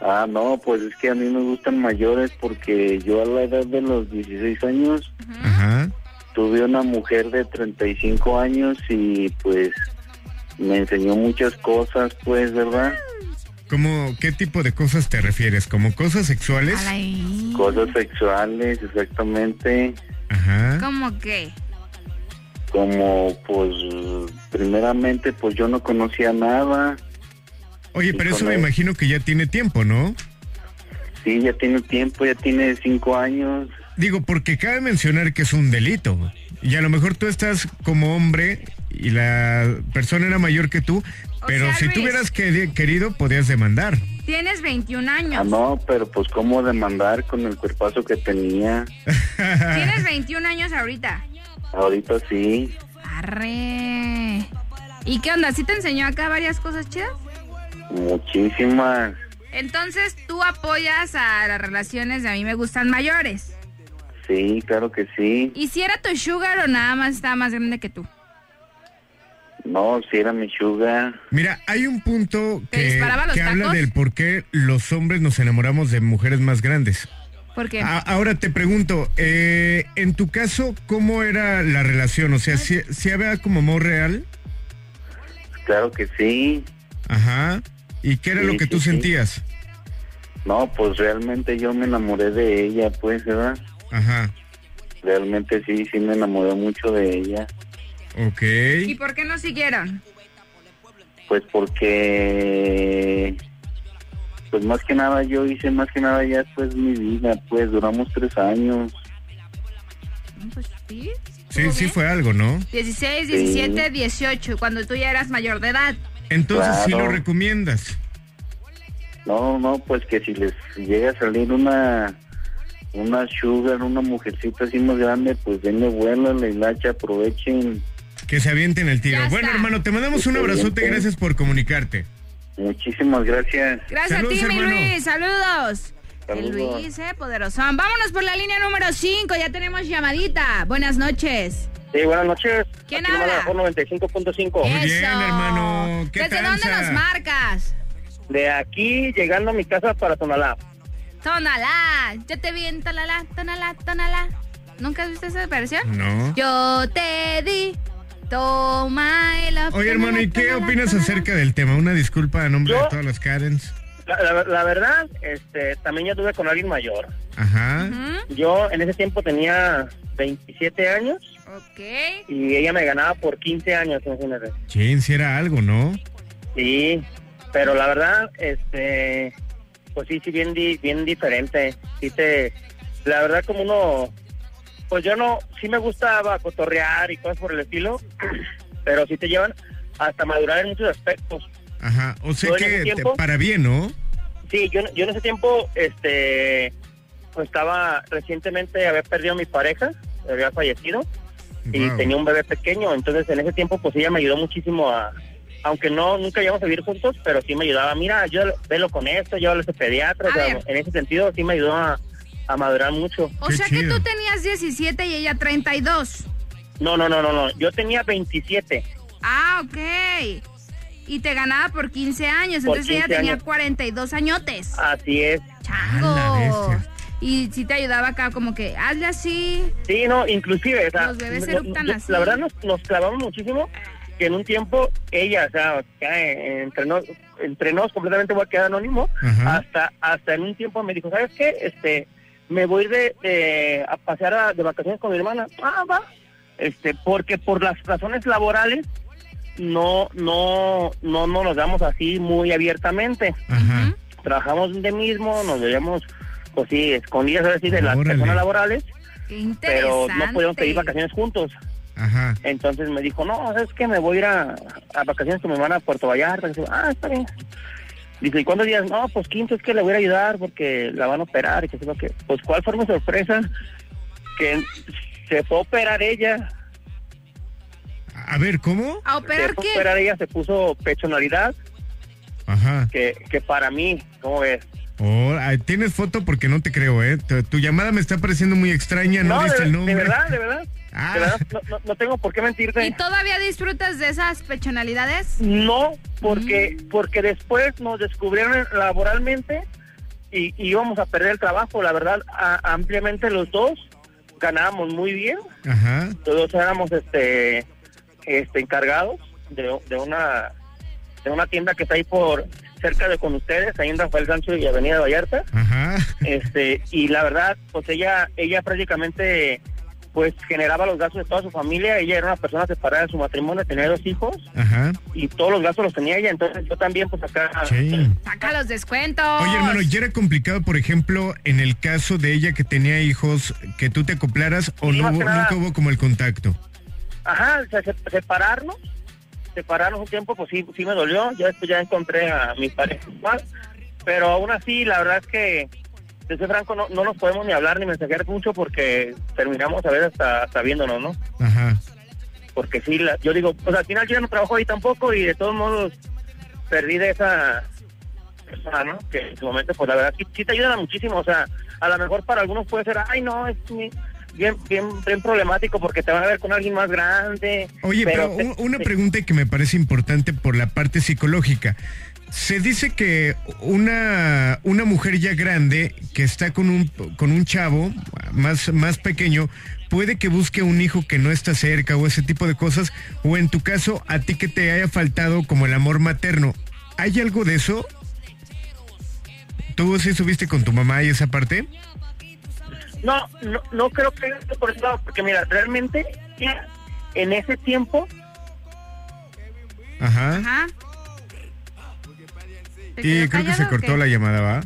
Ah, no, pues es que a mí me gustan mayores porque yo a la edad de los 16 años
Ajá.
tuve una mujer de 35 años y pues me enseñó muchas cosas, pues, ¿verdad?
¿Cómo, qué tipo de cosas te refieres? ¿Como cosas sexuales?
Cosas sexuales, exactamente.
Ajá.
¿Cómo qué?
Como, pues, primeramente, pues yo no conocía nada.
Oye, pero eso me
Híjole.
imagino que ya tiene tiempo, ¿no?
Sí, ya tiene tiempo, ya tiene cinco años.
Digo, porque cabe mencionar que es un delito. Y a lo mejor tú estás como hombre y la persona era mayor que tú, pero
sea,
si tú
Luis.
hubieras queri- querido, podías demandar.
Tienes 21 años.
Ah, no, pero pues cómo demandar con el cuerpazo que tenía.
Tienes 21 años ahorita.
Ahorita sí.
Arre. ¿Y qué onda? ¿Sí te enseñó acá varias cosas chidas?
Muchísimas.
Entonces, tú apoyas a las relaciones de a mí me gustan mayores.
Sí, claro que sí.
¿Y si era tu sugar o nada más estaba más grande que tú?
No, si era mi sugar.
Mira, hay un punto
¿Te
que,
disparaba los
que habla
tacos?
del por qué los hombres nos enamoramos de mujeres más grandes.
Porque
A- ahora te pregunto, eh, en tu caso, ¿cómo era la relación? O sea, si, había como amor real,
Claro que sí.
ajá, ¿y qué era
Sí,
lo que
sí,
tú
sí.
sentías?
No, pues realmente yo me enamoré de ella, pues, ¿verdad?
Ajá,
Realmente sí, sí me enamoré mucho de ella.
ok.
¿Y por qué no siguieron?
Pues porque... Pues más que nada yo hice, más que nada ya pues mi vida, pues duramos tres años.
Pues sí.
Sí, sí fue algo, ¿no?
16, 17, 18, cuando tú ya eras mayor de edad.
Entonces, si lo
Claro.
recomiendas.
No, no, pues que si les llega a salir una una sugar, una mujercita así más grande, pues denle vuelo, la hilacha, aprovechen.
Que se avienten el tiro.
Ya
Bueno,
está.
hermano, te mandamos un
Está bien,
abrazote.
¿eh?
pues.
Gracias por comunicarte.
Muchísimas gracias.
Gracias
Saludos,
a ti, mi
hermano.
Luis. Saludos. El
Saludos.
Luis, eh, poderosón. Vámonos por la línea número 5. Ya tenemos llamadita. Buenas noches.
Sí, buenas noches.
¿Quién
Aquí
habla?
Por 95.5.
Muy bien, hermano. ¿Qué
¿Desde
tranza?
dónde nos marcas?
De aquí llegando a mi casa para Tonalá.
Tonalá. Yo te vi en Tonalá, Tonalá, Tonalá. ¿Nunca has visto esa versión?
No.
Yo te di. Toma el
Oye, hermano, ¿y qué opinas acerca del tema? Una disculpa a nombre de
Yo-
todas las Karens.
La, la- la verdad, este, también ya tuve con alguien mayor.
Ajá.
Yo en ese tiempo tenía 27 años
Ok.
y ella me ganaba por 15 años, imagínate.
Chin, si era algo, ¿no?
Sí, pero la verdad, este, pues sí, sí, bien, di- bien diferente. Sí te, la verdad como uno, pues yo no, sí me gustaba cotorrear y cosas por el estilo, pero sí te llevan hasta madurar en muchos aspectos.
Ajá. O sea
Yo en ese
que te-
tiempo-
para bien, ¿no?
Sí, yo, yo en ese tiempo, este, pues estaba recientemente, había perdido a mi pareja, había fallecido y
Wow.
tenía un bebé pequeño, entonces en ese tiempo pues ella me ayudó muchísimo a, aunque no, nunca íbamos a vivir juntos, pero sí me ayudaba, mira, yo velo con esto, llévalo a ese pediatra,
A
o sea,
ver.
en ese sentido sí me ayudó a, a madurar mucho.
O
Qué
sea que
chido.
tú tenías 17 y ella 32.
No, no, no, no, no, yo tenía 27,
Ah, ok. Y te ganaba por 15 años,
Por
entonces ella
15
tenía
años.
42 añotes.
así es.
Ah, la
Chango.
bestia.
Y si te ayudaba acá como que hazle así.
Sí, no, inclusive, o sea,
Los bebés
no-
eructan
yo-
así.
la verdad nos, nos clavamos muchísimo que en un tiempo ella, o sea, ya, eh, entre, nos, entre nos completamente voy a quedar anónimo,
Ajá.
hasta hasta en un tiempo me dijo, ¿sabes qué? Este, me voy de, de- a pasear a- de vacaciones con mi hermana. Ah, va. Este, porque por las razones laborales
no, no, no, no nos damos así muy abiertamente.
Ajá.
Trabajamos de mismo, nos veíamos, pues sí, escondidas ahora sí de las personas laborales,
Qué
pero
interesante.
no podíamos pedir vacaciones juntos.
Ajá.
Entonces me dijo, no, es que me voy a ir a, a vacaciones con mi hermana a Puerto Vallarta. Dice, ah, está bien. Dice, ¿y cuántos días? No, pues 15 es que le voy a ir a ayudar porque la van a operar. Y que sé lo que. Pues, ¿cuál fue mi sorpresa? Que se fue a operar ella.
A ver, ¿cómo?
¿A operar
se fue
qué?
a operar ella, se puso pechonalidad.
Ajá.
Que, que para mí, ¿cómo ves?
Oh, ah, Tienes foto porque no te creo, ¿eh? Tu, tu llamada me está pareciendo muy extraña, no,
de,
diste el
de
nombre.
verdad, de verdad.
Ah.
De verdad, no, no- no tengo por qué mentirte.
¿Y todavía disfrutas de esas pechonalidades?
No, porque porque después nos descubrieron laboralmente y, y íbamos a perder el trabajo. La verdad, a- ampliamente los dos ganábamos muy bien.
Ajá.
Los dos éramos este este encargados de, de una de una tienda que está ahí por cerca de con ustedes, ahí en Rafael Sancho y Avenida Vallarta.
Ajá.
Este, y la verdad, pues ella ella prácticamente pues generaba los gastos de toda su familia, ella era una persona separada de su matrimonio, tenía dos hijos
Ajá.
y todos los gastos los tenía ella, entonces yo también pues acá
Sí.
Saca los descuentos.
Oye, hermano, ¿y era complicado, por ejemplo, en el caso de ella que tenía hijos, que tú te acoplaras o
Sí,
no,
más
hubo,
que nada.
nunca hubo como el contacto?
ajá, o sea, se- separarnos, separarnos un tiempo pues sí, sí me dolió, ya después ya encontré a mi pareja igual, pero aún así la verdad es que de ser franco no, no nos podemos ni hablar ni mensajear mucho porque terminamos a ver hasta, hasta viéndonos, ¿no?
Ajá.
Porque sí, la- yo digo, pues al final yo ya no trabajo ahí tampoco y de todos modos perdí de esa persona, ¿no? Que en su momento, pues la verdad, sí, sí te ayudan muchísimo. O sea, a lo mejor para algunos puede ser, ay, no, es mi- bien, bien, bien problemático porque te van a ver con alguien más grande.
Oye, pero,
te-
un- una
te-
pregunta que me parece importante por la parte psicológica. Se dice que una, una mujer ya grande que está con un, con un chavo más, más pequeño puede que busque un hijo que no está cerca o ese tipo de cosas, o en tu caso a ti que te haya faltado como el amor materno. ¿Hay algo de eso? ¿Tú sí subiste con tu mamá y esa parte?
No, no, no creo que haya sido por ese lado, porque mira, realmente ya en ese tiempo
Ajá.
Ajá. ¿Te
Y creo que se
quedó callado o
cortó
qué?
la llamada, ¿va?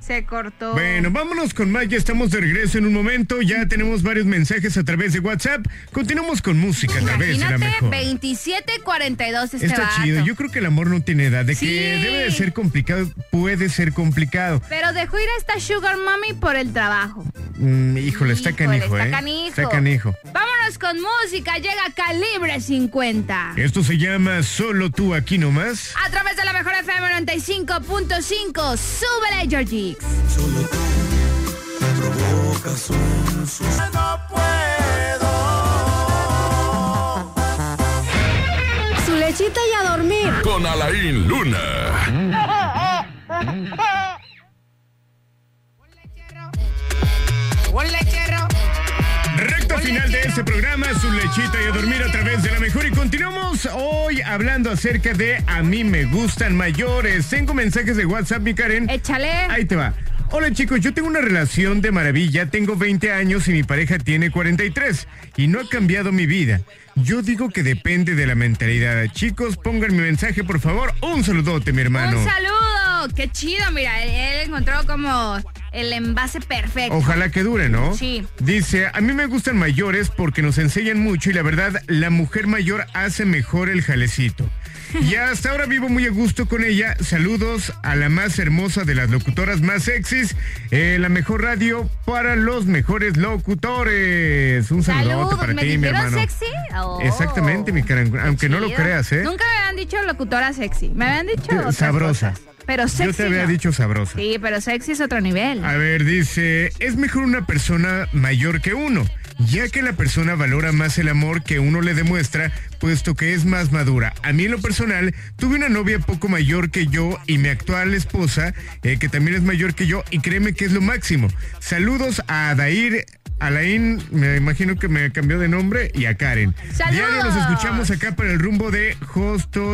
Se cortó.
Bueno, vámonos con más, ya estamos de regreso en un momento, ya tenemos varios mensajes a través de WhatsApp, continuamos con música a través de la
Imagínate,
mejor.
2742 este
Está
vato.
chido, yo creo que el amor no tiene edad, de
Sí.
que debe de ser complicado, puede ser complicado.
Pero dejó ir a esta Sugar Mommy por el trabajo.
Mm, híjole, está canijo,
está
¿eh?
canijo.
Está canijo.
Vámonos con música, llega Calibre 50.
Esto se llama Solo tú aquí nomás.
A través de la mejor FM 95.5, súbele Georgie.
Su lechita y a dormir.
Con Alain Luna.
Un lechero.
Recto final de este programa, su lechita y a dormir a través de la mejor. Y continuamos hoy hablando acerca de A mí me gustan mayores. Tengo mensajes de WhatsApp, mi Karen.
Échale.
Ahí te va. Hola chicos, yo tengo una relación de maravilla, tengo 20 años y mi pareja tiene 43 y no ha cambiado mi vida. Yo digo que depende de la mentalidad. Chicos, pongan mi mensaje por favor. Un saludote, mi hermano.
Un saludo. Qué chido, mira, él, él encontró como el envase perfecto.
Ojalá que dure, ¿no?
Sí.
Dice, a mí me gustan mayores porque nos enseñan mucho y la verdad, la mujer mayor hace mejor el jalecito. Y hasta ahora vivo muy a gusto con ella. Saludos a la más hermosa de las locutoras más sexys, eh, la mejor radio para los mejores locutores. Un saludo
Saludos,
para
¿me
ti, mi
dijeron
hermano.
sexy? Oh,
Exactamente, mi cara, aunque no lo
chido.
creas, ¿eh?
Nunca me habían dicho locutora sexy. Me habían dicho. otras
Sabrosa.
cosas. Pero sexy.
Yo te había
no.
dicho Ah. sabrosa.
Sí, pero sexy es otro nivel.
A ver, dice, es mejor una persona mayor que uno, ya que la persona valora más el amor que uno le demuestra, puesto que es más madura. A mí en lo personal, tuve una novia poco mayor que yo y mi actual esposa, eh, que también es mayor que yo, y créeme que es lo máximo. Saludos a Adair. Alain, me imagino que me cambió de nombre, y a Karen.
¡Saludos!
Diario nos escuchamos acá para el rumbo de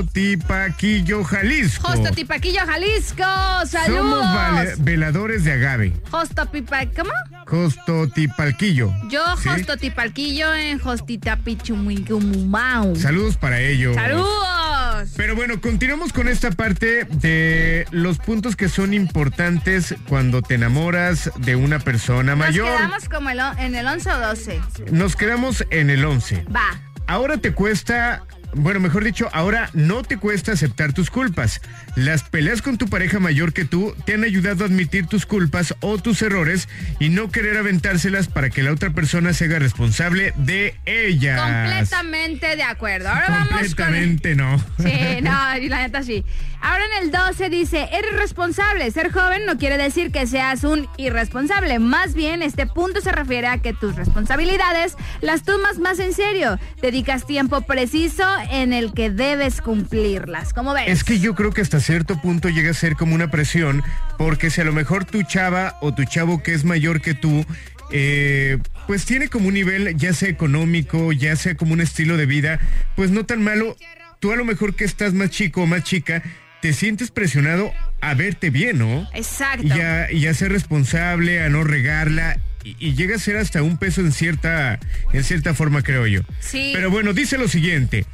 Jostotipaquillo, Jalisco.
Hosto Tipaquillo, Jalisco.
Oh. Somos vale-
Saludos.
veladores de agave.
Hosto Pipa, ¿cómo?
Costotipalquillo.
Yo,
¿Sí?
Hosto Tipalquillo en Hostita Pichumigumumau.
Saludos para ellos.
Saludos.
Pero bueno, continuamos con esta parte de los puntos que son importantes cuando te enamoras de una persona
Nos
mayor.
quedamos como el on- en el 11 o 12.
Nos quedamos en el 11.
Va.
Ahora te cuesta, bueno, mejor dicho, ahora no te cuesta aceptar tus culpas. Las peleas con tu pareja mayor que tú te han ayudado a admitir tus culpas o tus errores y no querer aventárselas para que la otra persona se haga responsable de ellas.
Completamente de acuerdo. Ahora vamos con...
Ah, Completamente no.
Sí, no, y la neta sí. Ahora en el 12 dice, eres responsable. Ser joven no quiere decir que seas un irresponsable. Más bien, este punto se refiere a que tus responsabilidades las tomas más en serio. Dedicas tiempo preciso en el que debes cumplirlas. ¿Cómo ves?
Es que yo creo que hasta cierto punto llega a ser como una presión, porque si a lo mejor tu chava o tu chavo que es mayor que tú, eh, pues tiene como un nivel ya sea económico, ya sea como un estilo de vida, pues no tan malo, tú a lo mejor que estás más chico o más chica, te sientes presionado a verte bien, ¿no?
Exacto.
Y a, y a ser responsable, a no regarla. Y, y llega a ser hasta un peso en cierta, en cierta forma, creo yo.
Sí.
Pero bueno, dice lo siguiente.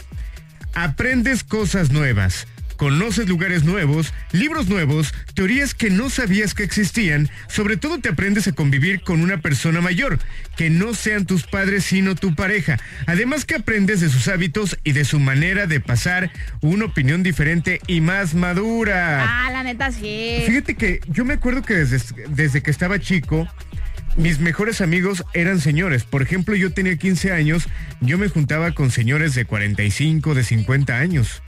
Aprendes cosas nuevas, conoces lugares nuevos, libros nuevos, teorías que no sabías que existían, sobre todo te aprendes a convivir con una persona mayor, que no sean tus padres sino tu pareja. Además que aprendes de sus hábitos y de su manera de pasar una opinión diferente y más madura.
Ah, la neta sí.
Fíjate que yo me acuerdo que desde, desde que estaba chico, mis mejores amigos eran señores. Por ejemplo, yo tenía 15 años, yo me juntaba con señores de 45, de 50 años.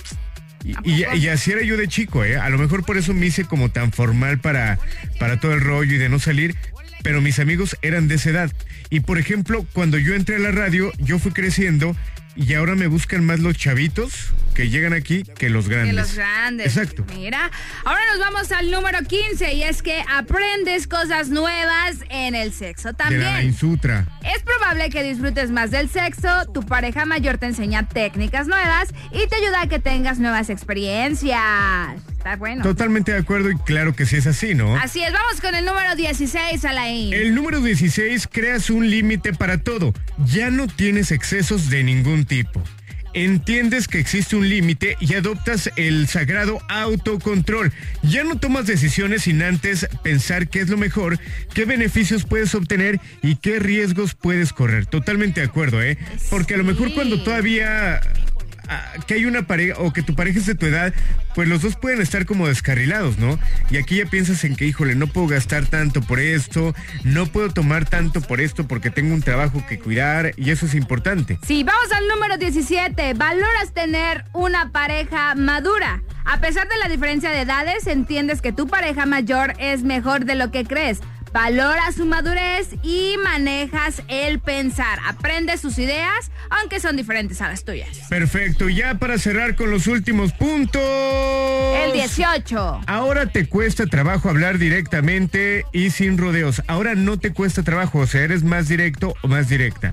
Y, y- y así era yo de chico, ¿eh? A lo mejor por eso me hice como tan formal para, para todo el rollo y de no salir. Pero mis amigos eran de esa edad. Y por ejemplo, cuando yo entré a la radio, yo fui creciendo y ahora me buscan más los chavitos que llegan aquí que los
De
grandes.
los grandes.
Exacto.
Mira, ahora nos vamos al número 15 y es que aprendes cosas nuevas en el sexo
De la
también.
Insutra.
Es probable que disfrutes más del sexo, tu pareja mayor te enseña técnicas nuevas y te ayuda a que tengas nuevas experiencias. Está bueno.
Totalmente de acuerdo y claro que sí es así, ¿no?
Así es, vamos con el número 16, Alain.
El número 16, creas un límite para todo. Ya no tienes excesos de ningún tipo. Entiendes que existe un límite y adoptas el sagrado autocontrol. Ya no tomas decisiones sin antes pensar qué es lo mejor, qué beneficios puedes obtener y qué riesgos puedes correr. Totalmente de acuerdo, ¿eh? Porque a lo mejor cuando todavía ah, que hay una pareja o que tu pareja es de tu edad, pues los dos pueden estar como descarrilados, ¿no? Y aquí ya piensas en que, híjole, no puedo gastar tanto por esto, no puedo tomar tanto por esto porque tengo un trabajo que cuidar y eso es importante.
Sí, vamos al número 17. Valoras tener una pareja madura. A pesar de la diferencia de edades, entiendes que tu pareja mayor es mejor de lo que crees. Valoras su madurez y manejas el pensar. Aprendes sus ideas, aunque son diferentes a las tuyas.
Perfecto, ya para cerrar con los últimos puntos.
El 18.
Ahora te cuesta trabajo hablar directamente y sin rodeos. Ahora no te cuesta trabajo, o sea, eres más directo o más directa.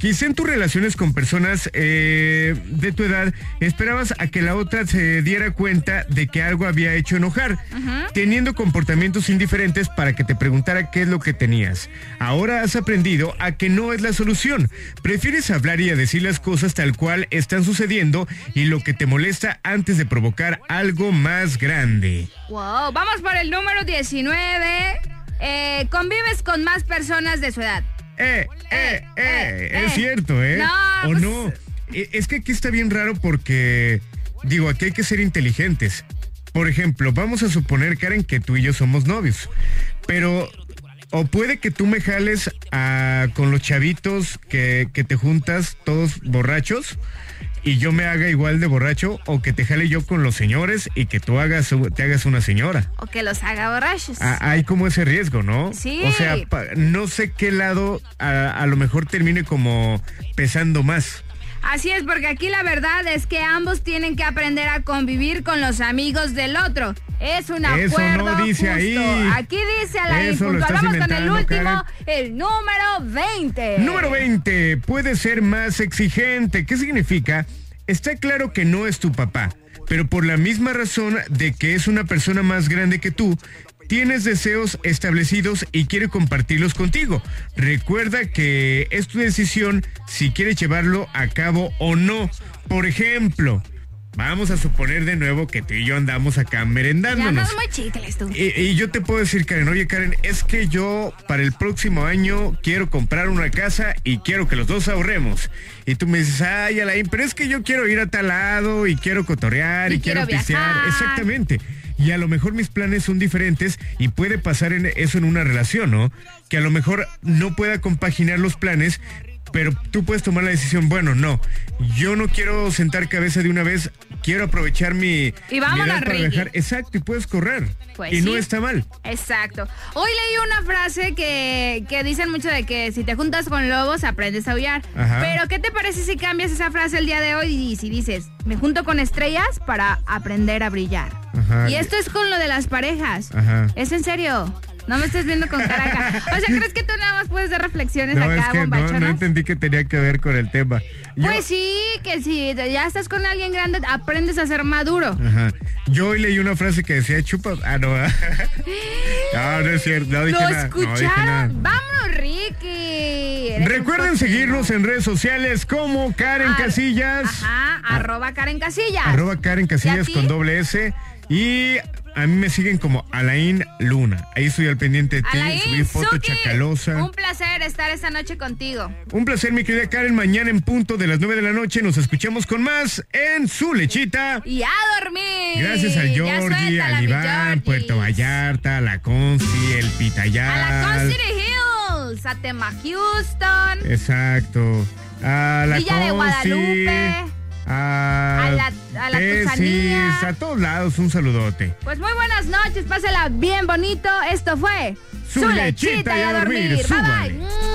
Quizá en tus relaciones con personas eh, de tu edad esperabas a que la otra se diera cuenta de que algo había hecho enojar, teniendo comportamientos indiferentes para que te preguntara qué es lo que tenías. Ahora has aprendido a que no es la solución. Prefieres hablar y a decir las cosas tal cual están sucediendo y lo que te molesta antes de provocar algo más grande.
Wow, vamos por el número 19. Eh, convives con más personas de su edad.
Eh, eh, Eh, es cierto, ¿eh?
No,
¿O
pues-
no? E- Es que aquí está bien raro porque, digo, aquí hay que ser inteligentes. Por ejemplo, vamos a suponer, Karen, que tú y yo somos novios. Pero, o puede que tú me jales a- con los chavitos que, que te juntas todos borrachos y yo me haga igual de borracho, o que te jale yo con los señores y que tú hagas, te hagas una señora.
O que los haga borrachos.
Ah, hay como ese riesgo, ¿no?
Sí.
O sea, pa- no sé qué lado a, a lo mejor termine como pesando más.
Así es, porque aquí la verdad es que ambos tienen que aprender a convivir con los amigos del otro. Es un
Eso
acuerdo
no dice
justo.
ahí.
Aquí dice a la
Eso lo
punto.
estás
Vamos con el
inventando,
último,
Karen.
el número 20.
Número 20. Puede ser más exigente. ¿Qué significa? Está claro que no es tu papá, pero por la misma razón de que es una persona más grande que tú, tienes deseos establecidos y quiere compartirlos contigo. Recuerda que es tu decisión si quieres llevarlo a cabo o no. Por ejemplo, Vamos a suponer de nuevo que tú y yo andamos acá
Ya no
merendándonos.
es muy chicles tú.
Y, y yo te puedo decir, Karen, oye Karen, es que yo para el próximo año quiero comprar una casa y quiero que los dos ahorremos. Y tú me dices, ay, Alain, pero es que yo quiero ir a tal lado y quiero cotorear y,
Y
quiero,
quiero
pistear.
viajar.
Exactamente. Y a lo mejor mis planes son diferentes y puede pasar en eso en una relación, ¿no? Que a lo mejor no pueda compaginar los planes, pero tú puedes tomar la decisión, bueno, no, yo no quiero sentar cabeza de una vez, quiero aprovechar mi...
Y
mi
vámonos,
edad para
Ricky.
viajar. Exacto, y puedes correr.
Pues
y no
sí.
está mal.
Exacto. Hoy leí una frase que, que dicen mucho de que si te juntas con lobos aprendes a aullar.
Ajá.
Pero ¿qué te parece si cambias esa frase el día de hoy y si dices, me junto con estrellas para aprender a brillar?
Ajá.
Y esto es con lo de las parejas.
Ajá.
Es en serio. No me estés viendo con cara acá. O sea, ¿crees que tú nada más puedes dar reflexiones
No, es
acá,
que no, no
bombachonas?
entendí que tenía que ver con el tema. Yo-
Pues sí, que si ya estás con alguien grande, aprendes a ser maduro.
Ajá. Yo hoy leí una frase que decía chupa. Ah, no. no, no es cierto. No dije
Lo
nada, no dije nada.
escucharon. Vámonos, Ricky. Eres
Recuerden
un
seguirnos en redes sociales como Karen
Ar-
Casillas.
Ajá, arroba Karen Casillas.
Arroba Karen Casillas
ti?
con doble S. Y a mí me siguen como Alain Luna. Ahí estoy al pendiente de ti.
Alain
subí foto
Suki,
chacalosa.
Un placer estar esta noche contigo.
Un placer, mi querida Karen. Mañana en punto de las 9 de la noche nos escuchamos con más en su lechita.
Y a dormir.
Gracias al
Ya
Georgie,
suéltala,
al
mi
Iván,
Georgi.
Puerto Vallarta, a la Consti, el Pitayal.
A la Constitution Hills, a Tema Houston,
Exacto. A la
Villa de
Consti,
Guadalupe.
A,
a la- a la
Tesis,
Tusanía.
A todos lados, un saludote.
Pues muy buenas noches, pásela bien bonito. Esto fue
Su lechita y a dormir,
Bye Mm. bye.
súbale.
Mua.